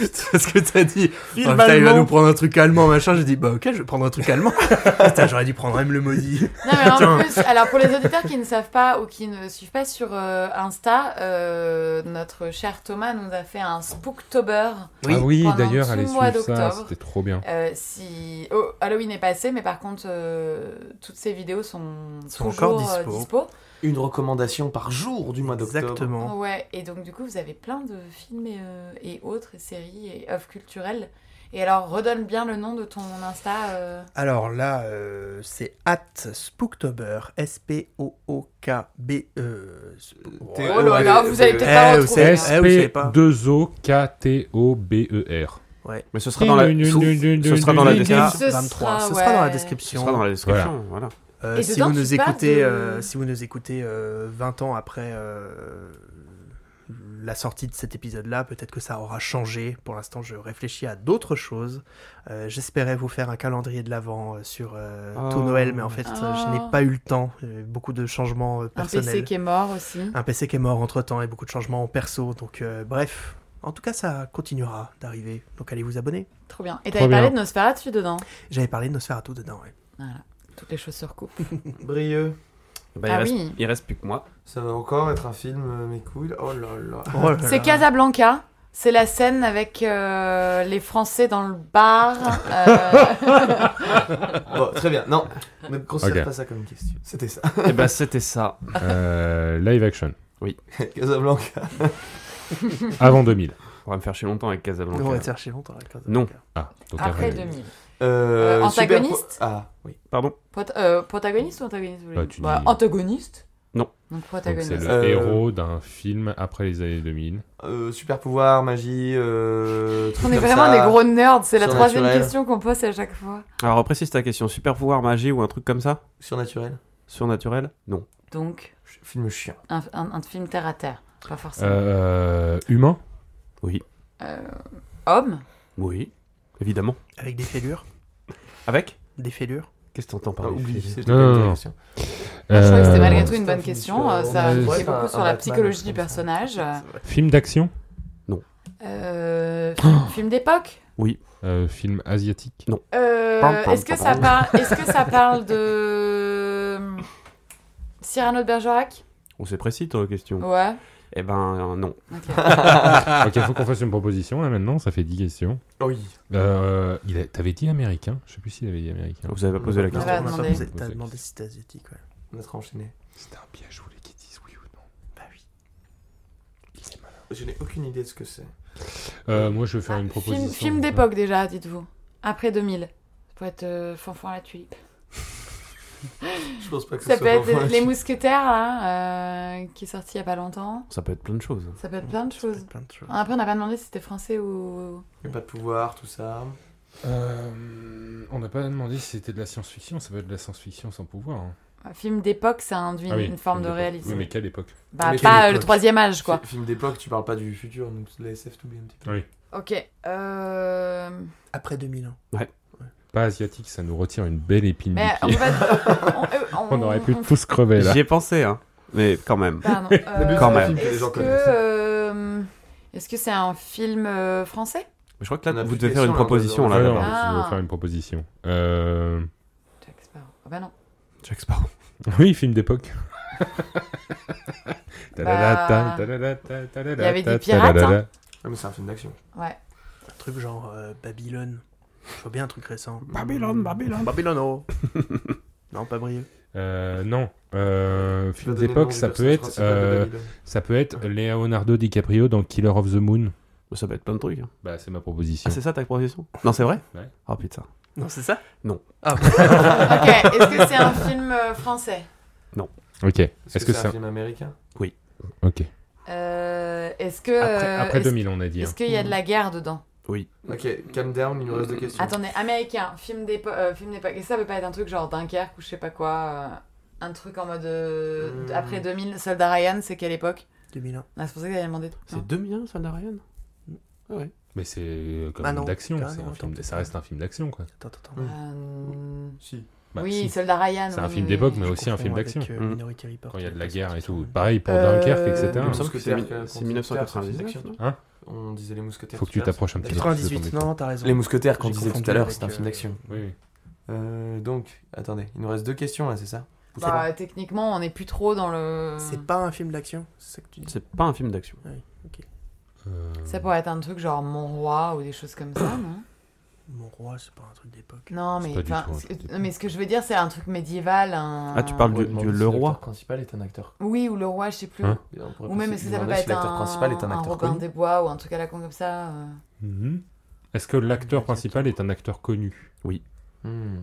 C'est ce que t'as dit Film Ah, putain, il va nous prendre un truc allemand, machin. J'ai dit, bah ok, je vais prendre un truc allemand. putain, j'aurais dû prendre M le maudit. Non, mais en plus, alors pour les auditeurs qui ne savent pas ou qui ne suivent pas sur euh, Insta, euh, notre cher Thomas nous a fait un Spooktober. Oui. Ah oui, Pendant d'ailleurs, tout allez le mois suivre ça, d'octobre. c'était trop bien. Euh, si... oh, Halloween est passé, mais par contre, euh, toutes ces vidéos sont, Sont toujours, encore euh, dispo. Une recommandation par jour du mois d'octobre. Exactement. Ouais, et donc du coup, vous avez plein de films et, euh, et autres, et séries et œuvres culturelles. Et alors, redonne bien le nom de ton Insta. euh. Alors là, euh, c'est at Spooktober, S-P-O-O-K-B-E. T- Euh, Oh là là, ouais, vous allez ouais. peut-être pas Eh, retrouver. vous hein. savez- Eh, vous savez pas. S-P-2-O-K-T-O-B-E-R. Mais ce sera dans la, ce Oh sera dans la description. Ce 23. sera, Ce sera dans la ouais. Ce description. sera dans la description, voilà. Euh, Et si, dedans, tu vous nous parles écoutez, de- euh, si vous nous écoutez euh, 20 ans après euh, la sortie de cet épisode-là, peut-être que ça aura changé. Pour l'instant, je réfléchis à d'autres choses. Euh, J'espérais vous faire un calendrier de l'avant sur euh, Oh. tout Noël, mais en fait, euh, je Oh. n'ai pas eu le temps. Euh, Beaucoup de changements euh, Un PC personnels. qui est mort aussi. Un PC qui est mort entre-temps et beaucoup de changements en perso. Donc, euh, bref. En tout cas, ça continuera d'arriver. Donc, allez vous abonner. Trop bien. Et Trop t'avais parlé bien. de Nosferatu dedans. J'avais parlé de Nosferatu dedans. ouais. Voilà. Toutes les choses se recoupent. Brieux. Bah, Ah il, reste, oui. il reste plus que moi. Ça va encore être un film, euh, mes couilles. Oh là là. Oh là C'est là. Casablanca C'est la scène avec euh, les Français dans le bar. euh, Bon, très bien. Non, ne considère Ok. pas ça comme une question. C'était ça. Et Eh ben, bah c'était ça. Euh, live action. Casablanca. Avant 2000. On va me faire chier longtemps avec Casablanca. On va te chercher longtemps. avec Casablanca. Non. Ah, donc après 2000. Euh, Euh, Super antagoniste Pro- Ah, oui. Pardon Pot- euh, protagoniste ou antagoniste vous voulez Bah, dire tu Bah, dis- Antagoniste Non. Donc Donc protagoniste. c'est le Euh, héros d'un film après les années 2000. Euh, super pouvoir, magie. Euh, trucs On est comme vraiment ça. des gros nerds, c'est la Surnaturel. troisième question qu'on pose à chaque fois. Alors précise ta question. Super pouvoir, magie ou un truc comme ça Surnaturel. Surnaturel Non. Donc, Ch- Film chiant. un, un- un film terre à terre, pas forcément. Euh, humain Euh, homme Oui. Évidemment. Avec des fêlures. Avec Des fêlures. Qu'est-ce que t'entends Ah, par les oublie, filles c'était Non, pas non, une non. question. Moi, Bah, Je crois que c'était Euh, malgré tout une c'est un bonne film question. sur- euh, Ça Ouais, dit c'est un- beaucoup sur un la Batman, psychologie un du truc comme ça. personnage. Film d'action Euh, Oh film- film d'époque Oui. Euh, Film asiatique Euh, Pam, pam, Est-ce que, pam, ça pam. parle- est-ce que ça parle de. Cyrano de Bergerac On s'est précis toi la question. Ouais. Eh ben euh, non. ok. Ok, faut qu'on fasse une proposition là maintenant, ça fait 10 questions. Oui. Euh, il a- T'avais dit américain Je sais plus s'il avait dit américain. Vous avez pas posé la On Non, question. va on m'a pas demander. posé- T'as Ouais. demandé si c'était asiatique. Ouais. On est enchaîné. C'était un piège, je voulais qu'ils disent oui ou non. Bah oui. Je n'ai aucune idée de ce que c'est. Euh, moi je vais faire une proposition. Ah, euh, Film, film d'époque déjà, dites-vous. Après 2000. Ça peut être euh, Fanfan la tulipe. Je pense pas que Ça ce peut soit être vraiment- Les Mousquetaires, là, euh, qui est sorti il y a pas longtemps. Ça peut être plein de choses. Ça peut être plein de Ça peut choses. être Plein de choses. Après, on n'a pas demandé si c'était français ou. Il y a pas de pouvoir, tout ça. Euh, on n'a pas demandé si c'était de la science-fiction, ça peut être de la science-fiction sans pouvoir. hein. Un film d'époque, ça induit Ah oui, une forme film de d'époque. réalisme. Oui, mais quelle époque Bah, Mais pas quelle euh, le époque troisième âge, quoi. Fi- Film d'époque, tu parles pas du futur, donc la SF tout bien un petit peu. Ok. Euh... Après 2001. Pas asiatique, ça nous retire une belle épine Mais on du pied. peut pas- on- euh, On aurait pu on- tous crever là. J'y ai pensé hein. Mais quand même. Pardon. but, euh, Quand même. que les gens Est-ce que connaissent. euh, est-ce que c'est un film euh, français Je crois que On là a vous plus de devez faire une questions, là, proposition on Ah là. doit- non, d'abord. je Ah. veux faire une proposition. Euh, Jack Sparrow. Ah bah non. Jack Sparrow. Oui, film d'époque. Bah, Il il y avait des pirates, hein. Ah, mais c'est un film d'action. Ouais. Un truc genre euh, Babylone. Je vois bien un truc récent. Mmh. Babylone, Babylone. Babylone, oh Non, pas Brieux. Euh, non, euh, Tu vas film donner le nom d'époque, du ça peut personnage être, principal de euh, Babylone. ça peut être Leonardo DiCaprio dans Killer of the Moon. Ça peut être plein de trucs. hein. Bah, c'est ma proposition. Ah c'est ça ta proposition Non c'est vrai Ouais. Oh putain. Non, c'est ça Ok. Est-ce que c'est un film euh, français ok. Est-ce que, c'est un film américain Ok. Euh, Est-ce que Après, euh, après est-ce- 2000, on a dit. hein. Est-ce qu'il y a de la guerre dedans Ok, calm down, il nous reste deux questions. Attendez, américain, film d'époque, euh, film d'époque. Et ça peut pas être un truc genre Dunkerque ou je sais pas quoi. euh, un truc en mode euh, Hmm. après 2000, Soldat Ryan, c'est quelle époque 2001. ah, C'est pour ça que j'avais demandé. C'est Non. 2001 ça n'a rien. Ah ouais. Mais c'est euh, comme Ah une non. d'action. Ah c'est non, un film- attends, ça reste un film d'action, quoi. Attends, attends, attends. Mm. Euh, Si. Bah, oui, si. Soldat Ryan. C'est un oui, Bah, film mais- d'époque, mais Je aussi un confonds film avec, d'action. euh, Mm. Minority Report, Quand il y a de qui la est guerre et sorti en tout. 2001. Pareil pour Euh, Dunkerque, etc. Il me Les semble que c'est Mousquetaires, mi- euh, c'est Conducteur, 1999. c'est une non On disait les mousquetaires. Faut que tout tu à l'heure. t'approches un petit peu. 98, non, non, t'as raison. Les mousquetaires qu'on J'ai disait tout confondu à l'heure, avec, c'est un euh, film d'action. Oui, oui. Euh, donc, attendez, il nous reste deux questions là, c'est ça Bah, techniquement, on est plus trop dans le. C'est pas un film d'action, c'est ça que tu dis. C'est pas un film d'action. Euh, Ça pourrait être un truc genre Mon Roi ou des choses comme ça, non Mon roi, c'est pas un truc d'époque. Non, C'est mais, pas du enfin, tout un c'est- truc d'époque. non, mais ce que je veux dire, c'est un truc médiéval. Un... Ah, tu parles On du, pourrait demander du si Le l'acteur Roi principal est un acteur. Oui, ou le roi, je sais plus. Hein On pourrait ou même, est-ce que ça peut demander pas si être l'acteur un, principal est un un acteur Robin connu. des Bois ou un truc à la con comme ça euh. Mhm. Est-ce que l'acteur principal est un acteur connu Hmm.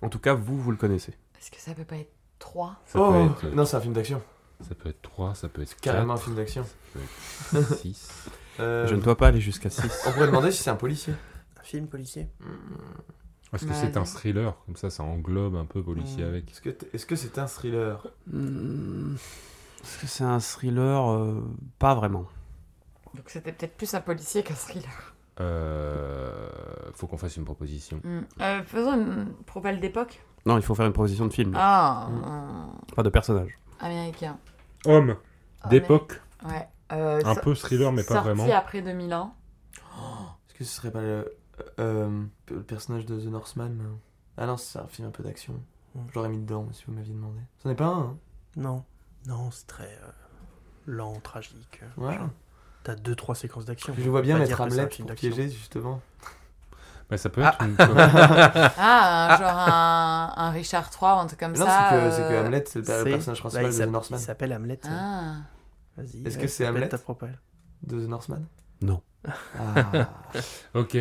En tout cas, vous, vous le connaissez. Est-ce que ça peut pas être 3 ça, Oh peut être, euh, Non, c'est un film d'action. ça peut être 3, ça peut être 4, Carrément un film d'action. 6. Euh, Je ne dois pas aller jusqu'à 6. On pourrait demander si c'est un policier. Un film policier Hmm. Est-ce que Ouais, c'est un non. thriller Comme ça, ça englobe un peu policier Mm. avec. Est-ce que t- est-ce que c'est un thriller Hmm, Est-ce que c'est un thriller euh, Pas vraiment. Donc c'était peut-être plus un policier qu'un thriller. Euh, faut qu'on fasse une proposition. Mm. Hmm. Euh, faisons une propale d'époque. Non, il faut faire une proposition de Mm. film, Ah, Hmm. un- pas de personnage. américain. Homme d'époque, Ouais. Euh, un so- peu thriller, mais pas vraiment. Sorti après 2001. Est-ce que ce serait pas le, euh, le personnage de The Northman là Ah non, c'est un film un peu d'action. Mm. J'aurais mis dedans si vous m'aviez demandé. C'en est pas un, hein Non. Non, c'est très euh, lent, tragique. euh, Ouais. machin. T'as deux, trois séquences d'action. Je le vois bien Pas mettre dire que c'est un Hamlet film pour d'action. piéger, justement. Bah, ça peut être une- Ah, un- genre un, un Richard III, un truc comme Non, ça. c'est que, c'est que euh, Hamlet, c'est le C'est- personnage bah, principal il de The s'appelle- Northman. Il s'appelle Hamlet. euh, Ah. Vas-y. Est-ce euh, que c'est répète Hamlet ta propre- De The Northman Non. Ah. Ok.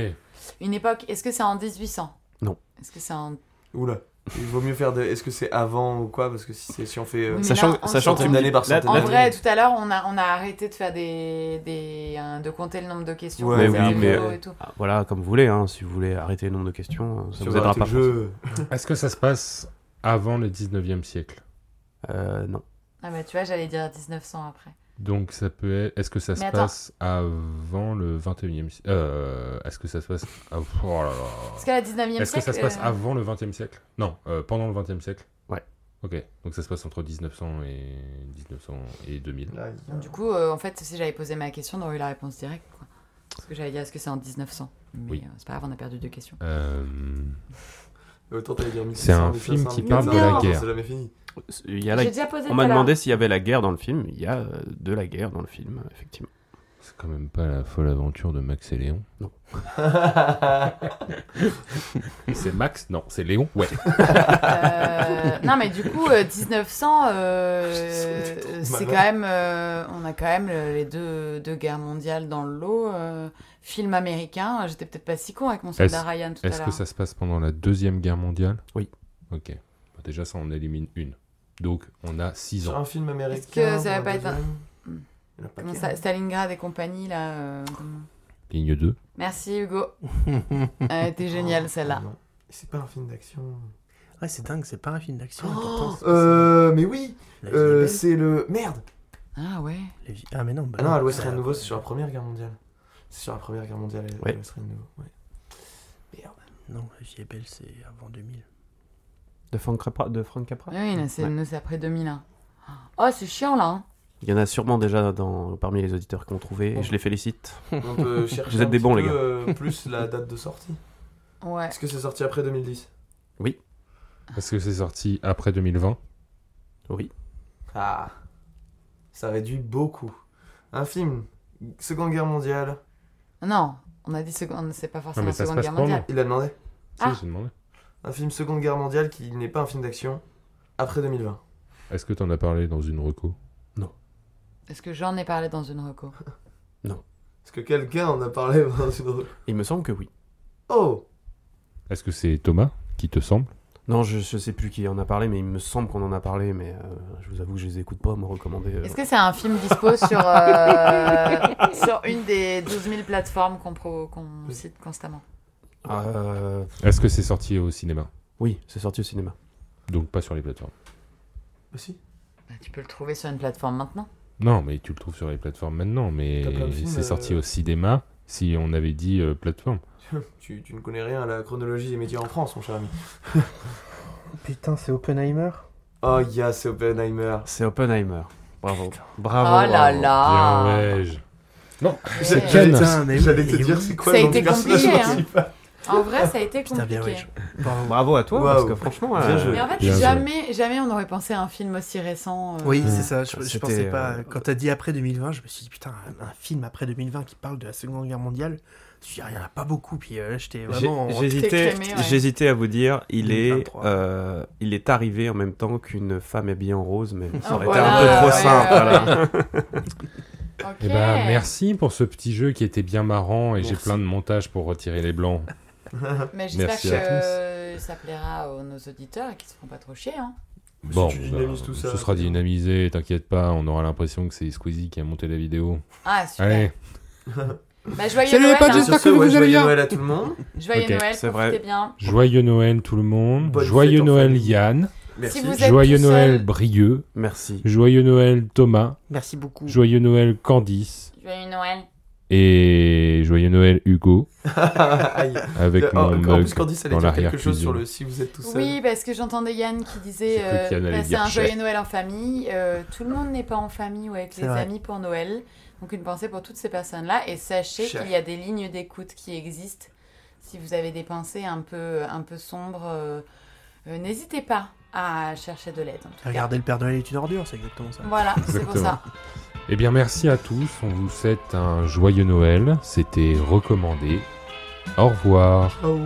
Une époque, est-ce que c'est en 1800 Non. Est-ce que c'est en. Oula. Il vaut mieux faire de. Est-ce que c'est avant ou quoi Parce que si, c'est- si on fait. euh, Oui, mais Sachant, là, en- sachant que tu Centaine me dis- d'années par euh, là- centaine En là- d'années. vrai, tout à l'heure, on a, on a arrêté de faire des. des hein, de compter le nombre de questions. Ouais, qu'on mais fait oui, au mais- bureau et tout. Ah, Voilà, comme vous voulez, hein, si vous voulez arrêter le nombre de questions, euh, ça si on vous va aidera arrêter pas. le je jeu. Est-ce que ça se passe avant le 19e siècle pense. Euh, non. Ah, bah tu vois, j'allais dire 1900 après. Donc ça peut être. Est-ce que ça se Mais attends. passe avant le 21e siècle euh, Est-ce que ça se passe. Ah, pff, oh là là. Est-ce qu'à la 19e Est-ce que siècle. ça se passe euh, avant le 20e siècle Non, euh, pendant le 20e siècle. Ouais. Ok, donc ça se passe entre 1900 et 1900 et 2000. Là, il y a- Du coup, euh, en fait, si j'avais posé ma question, j'aurais eu la réponse directe. Quoi. Parce que j'allais dire, est-ce que c'est en 1900 Mais Oui. euh, c'est pas grave, on a perdu deux questions. Euh, euh, Autant t'allais dire C'est un 1500, film 1500, qui 1500, parle de la guerre. C'est jamais fini. Il y a la- J'ai déjà posé On tout à m'a l'heure. demandé s'il y avait la guerre dans le film. Il y a euh, de la guerre dans le film, effectivement. c'est quand même pas la folle aventure de Max et Léon. C'est Max Non, c'est Léon Ouais. Euh, non, mais du coup, euh, 1900, euh, Ils sont des trous c'est quand même. euh, on a quand même euh, les deux, deux guerres mondiales dans le lot. euh, film américain, j'étais peut-être pas si con avec mon soldat Est-ce- Ryan tout à Est-ce l'heure. que ça se passe pendant la Deuxième Guerre mondiale Oui. Ok. Bah, déjà, ça, on élimine une. Donc, on a 6 Sur ans. un film américain. Est-ce que ça va pour pas la être un- deuxième Hmm. Il y en a pas Comment qu'un. ça- Stalingrad et compagnie, là. euh, comment- Ligne 2. Merci, Hugo. Elle était géniale, celle-là. Ah, Non. C'est pas un film d'action. Ouais, c'est dingue, c'est pas un film d'action. et Oh pourtant, c'est- Euh, mais oui, la vie euh, est belle, c'est le merde. Ah ouais. la vie- Ah, mais non. bah Ah non, à l'Ouest c'est- rien de nouveau, c'est sur la Première Guerre mondiale. C'est sur la Première Guerre mondiale, à Ouais. l'Ouest rien de nouveau. Ouais. Merde. Non, la vie est belle, c'est avant 2000. De Frank Capra, de Frank Capra Oui, là, c'est Ouais. nous, c'est après 2001. Oh, c'est chiant, là. hein. Il y en a sûrement déjà dans, parmi les auditeurs qui ont trouvé, Bon. et je les félicite. On peut chercher Vous êtes un des petit bons, les peu, gars. euh, plus la date de sortie. Ouais. Est-ce que c'est sorti après 2010 Est-ce que c'est sorti après 2020 Oui. Ah, ça réduit beaucoup. Un film, Seconde Guerre mondiale, Non, on a dit seconde, c'est pas forcément mais ça se Seconde passe Guerre pendant. mondiale. il a demandé. Ça, Ah. j'ai demandé. Un film Seconde Guerre mondiale qui n'est pas un film d'action après 2020. Est-ce que t'en as parlé dans une reco Est-ce que j'en ai parlé dans une reco Est-ce que quelqu'un en a parlé dans une- Il me semble que oui. Oh Est-ce que c'est Thomas qui te semble Non, je, je sais plus qui en a parlé, mais il me semble qu'on en a parlé, mais euh, je vous avoue que je les écoute pas, me recommander. euh, Est-ce que c'est un film dispo sur, euh, sur une des 12 000 plateformes qu'on pro- qu'on cite constamment euh, Est-ce que c'est sorti au cinéma oui, c'est sorti au cinéma. Donc pas sur les plateformes. Bah si. Bah, Tu peux le trouver sur une plateforme maintenant. Non, mais tu le trouves sur les plateformes maintenant, mais T'as plein de films, c'est euh, sorti au cinéma si on avait dit euh, plateforme. Tu, tu ne connais rien à la chronologie des métiers en France, mon cher ami. Oh, Putain, c'est Oppenheimer Oh, yeah, c'est Oppenheimer. C'est Oppenheimer. Bravo. Bravo. oh là bravo. là Ah, Bien, ouais, je- Non, Ouais. c'est Ken. Ken Putain, mais J'allais oui, te mais dire oui. c'est quoi Ça a le nom été du personnage compliqué, hein. principal. En vrai, ça a été Putain, bien, compliqué. ouais. je- Bravo. Bravo à toi, Waouh. parce que franchement, Bien euh, joué. Mais en fait, Bien joué. jamais, jamais on n'aurait pensé à un film aussi récent. euh, Oui, Ouais. Mm. c'est ça, je, je Mm. C'était, pensais pas. euh, Quand t'as dit après 2020, je me suis dit, putain, un, un film après 2020 qui parle de la Seconde Guerre mondiale, je me suis dit, ah, il y en a pas beaucoup, puis euh, là, j'étais J'ai- vraiment. en- J'hésitais, T'es clémé, ouais. j'hésitais à vous dire, il est, 2023. euh, il est arrivé en même temps qu'une femme habillée en rose, mais ça aurait voilà, été un peu trop Oh ouais, simple. ouais, voilà. ouais. Eh Ok. ben, merci pour ce petit jeu qui était bien marrant et j'ai Merci. plein de montages pour retirer les blancs. Mais j'espère Merci que à euh, ça plaira aux nos auditeurs et qu'ils se feront pas trop chier. Hein. Bon, bah, tu dynamises tout ça, ce sera putain. dynamisé, t'inquiète pas, on aura l'impression que c'est Squeezie qui a monté la vidéo. Ah, super. Allez, Bah, Salut joyeux les Noël, potes, hein. Sur J'espère ce, que vous ouais, allez joyeux bien. Noël à tout le monde. Joyeux Ok, Noël, c'est profitez vrai. bien. joyeux Noël tout le monde, Bonne joyeux fête en Noël famille. Yann, Merci. vous êtes- joyeux tout Noël seul. Brieux, Merci. joyeux Noël Thomas, Merci Mm. beaucoup. joyeux Noël Candice Joyeux Noël. et joyeux Noël Hugo Aïe. Oh, avec En- mon en mug. Euh, plus, Candice, elle dans a dit quelque l'arrière-cuisine. chose sur le si vous êtes tout seul. Oui, parce que j'entendais Yann qui disait J'ai cru euh, qu'Yann allait passer dire un chais. joyeux Noël en famille. Euh, tout le monde n'est pas en famille ou avec C'est les vrai. amis pour Noël. Donc une pensée pour toutes ces personnes-là. Et sachez Chais. qu'il y a des lignes d'écoute qui existent. Si vous avez des pensées un peu, un peu sombres, euh, euh, n'hésitez pas à chercher de l'aide. en tout cas. Regardez le Père Noël est une ordure, c'est exactement ça. Voilà, c'est pour Exactement. ça. Eh bien, merci à tous. On vous souhaite un joyeux Noël. C'était recommandé. Au revoir. Oh.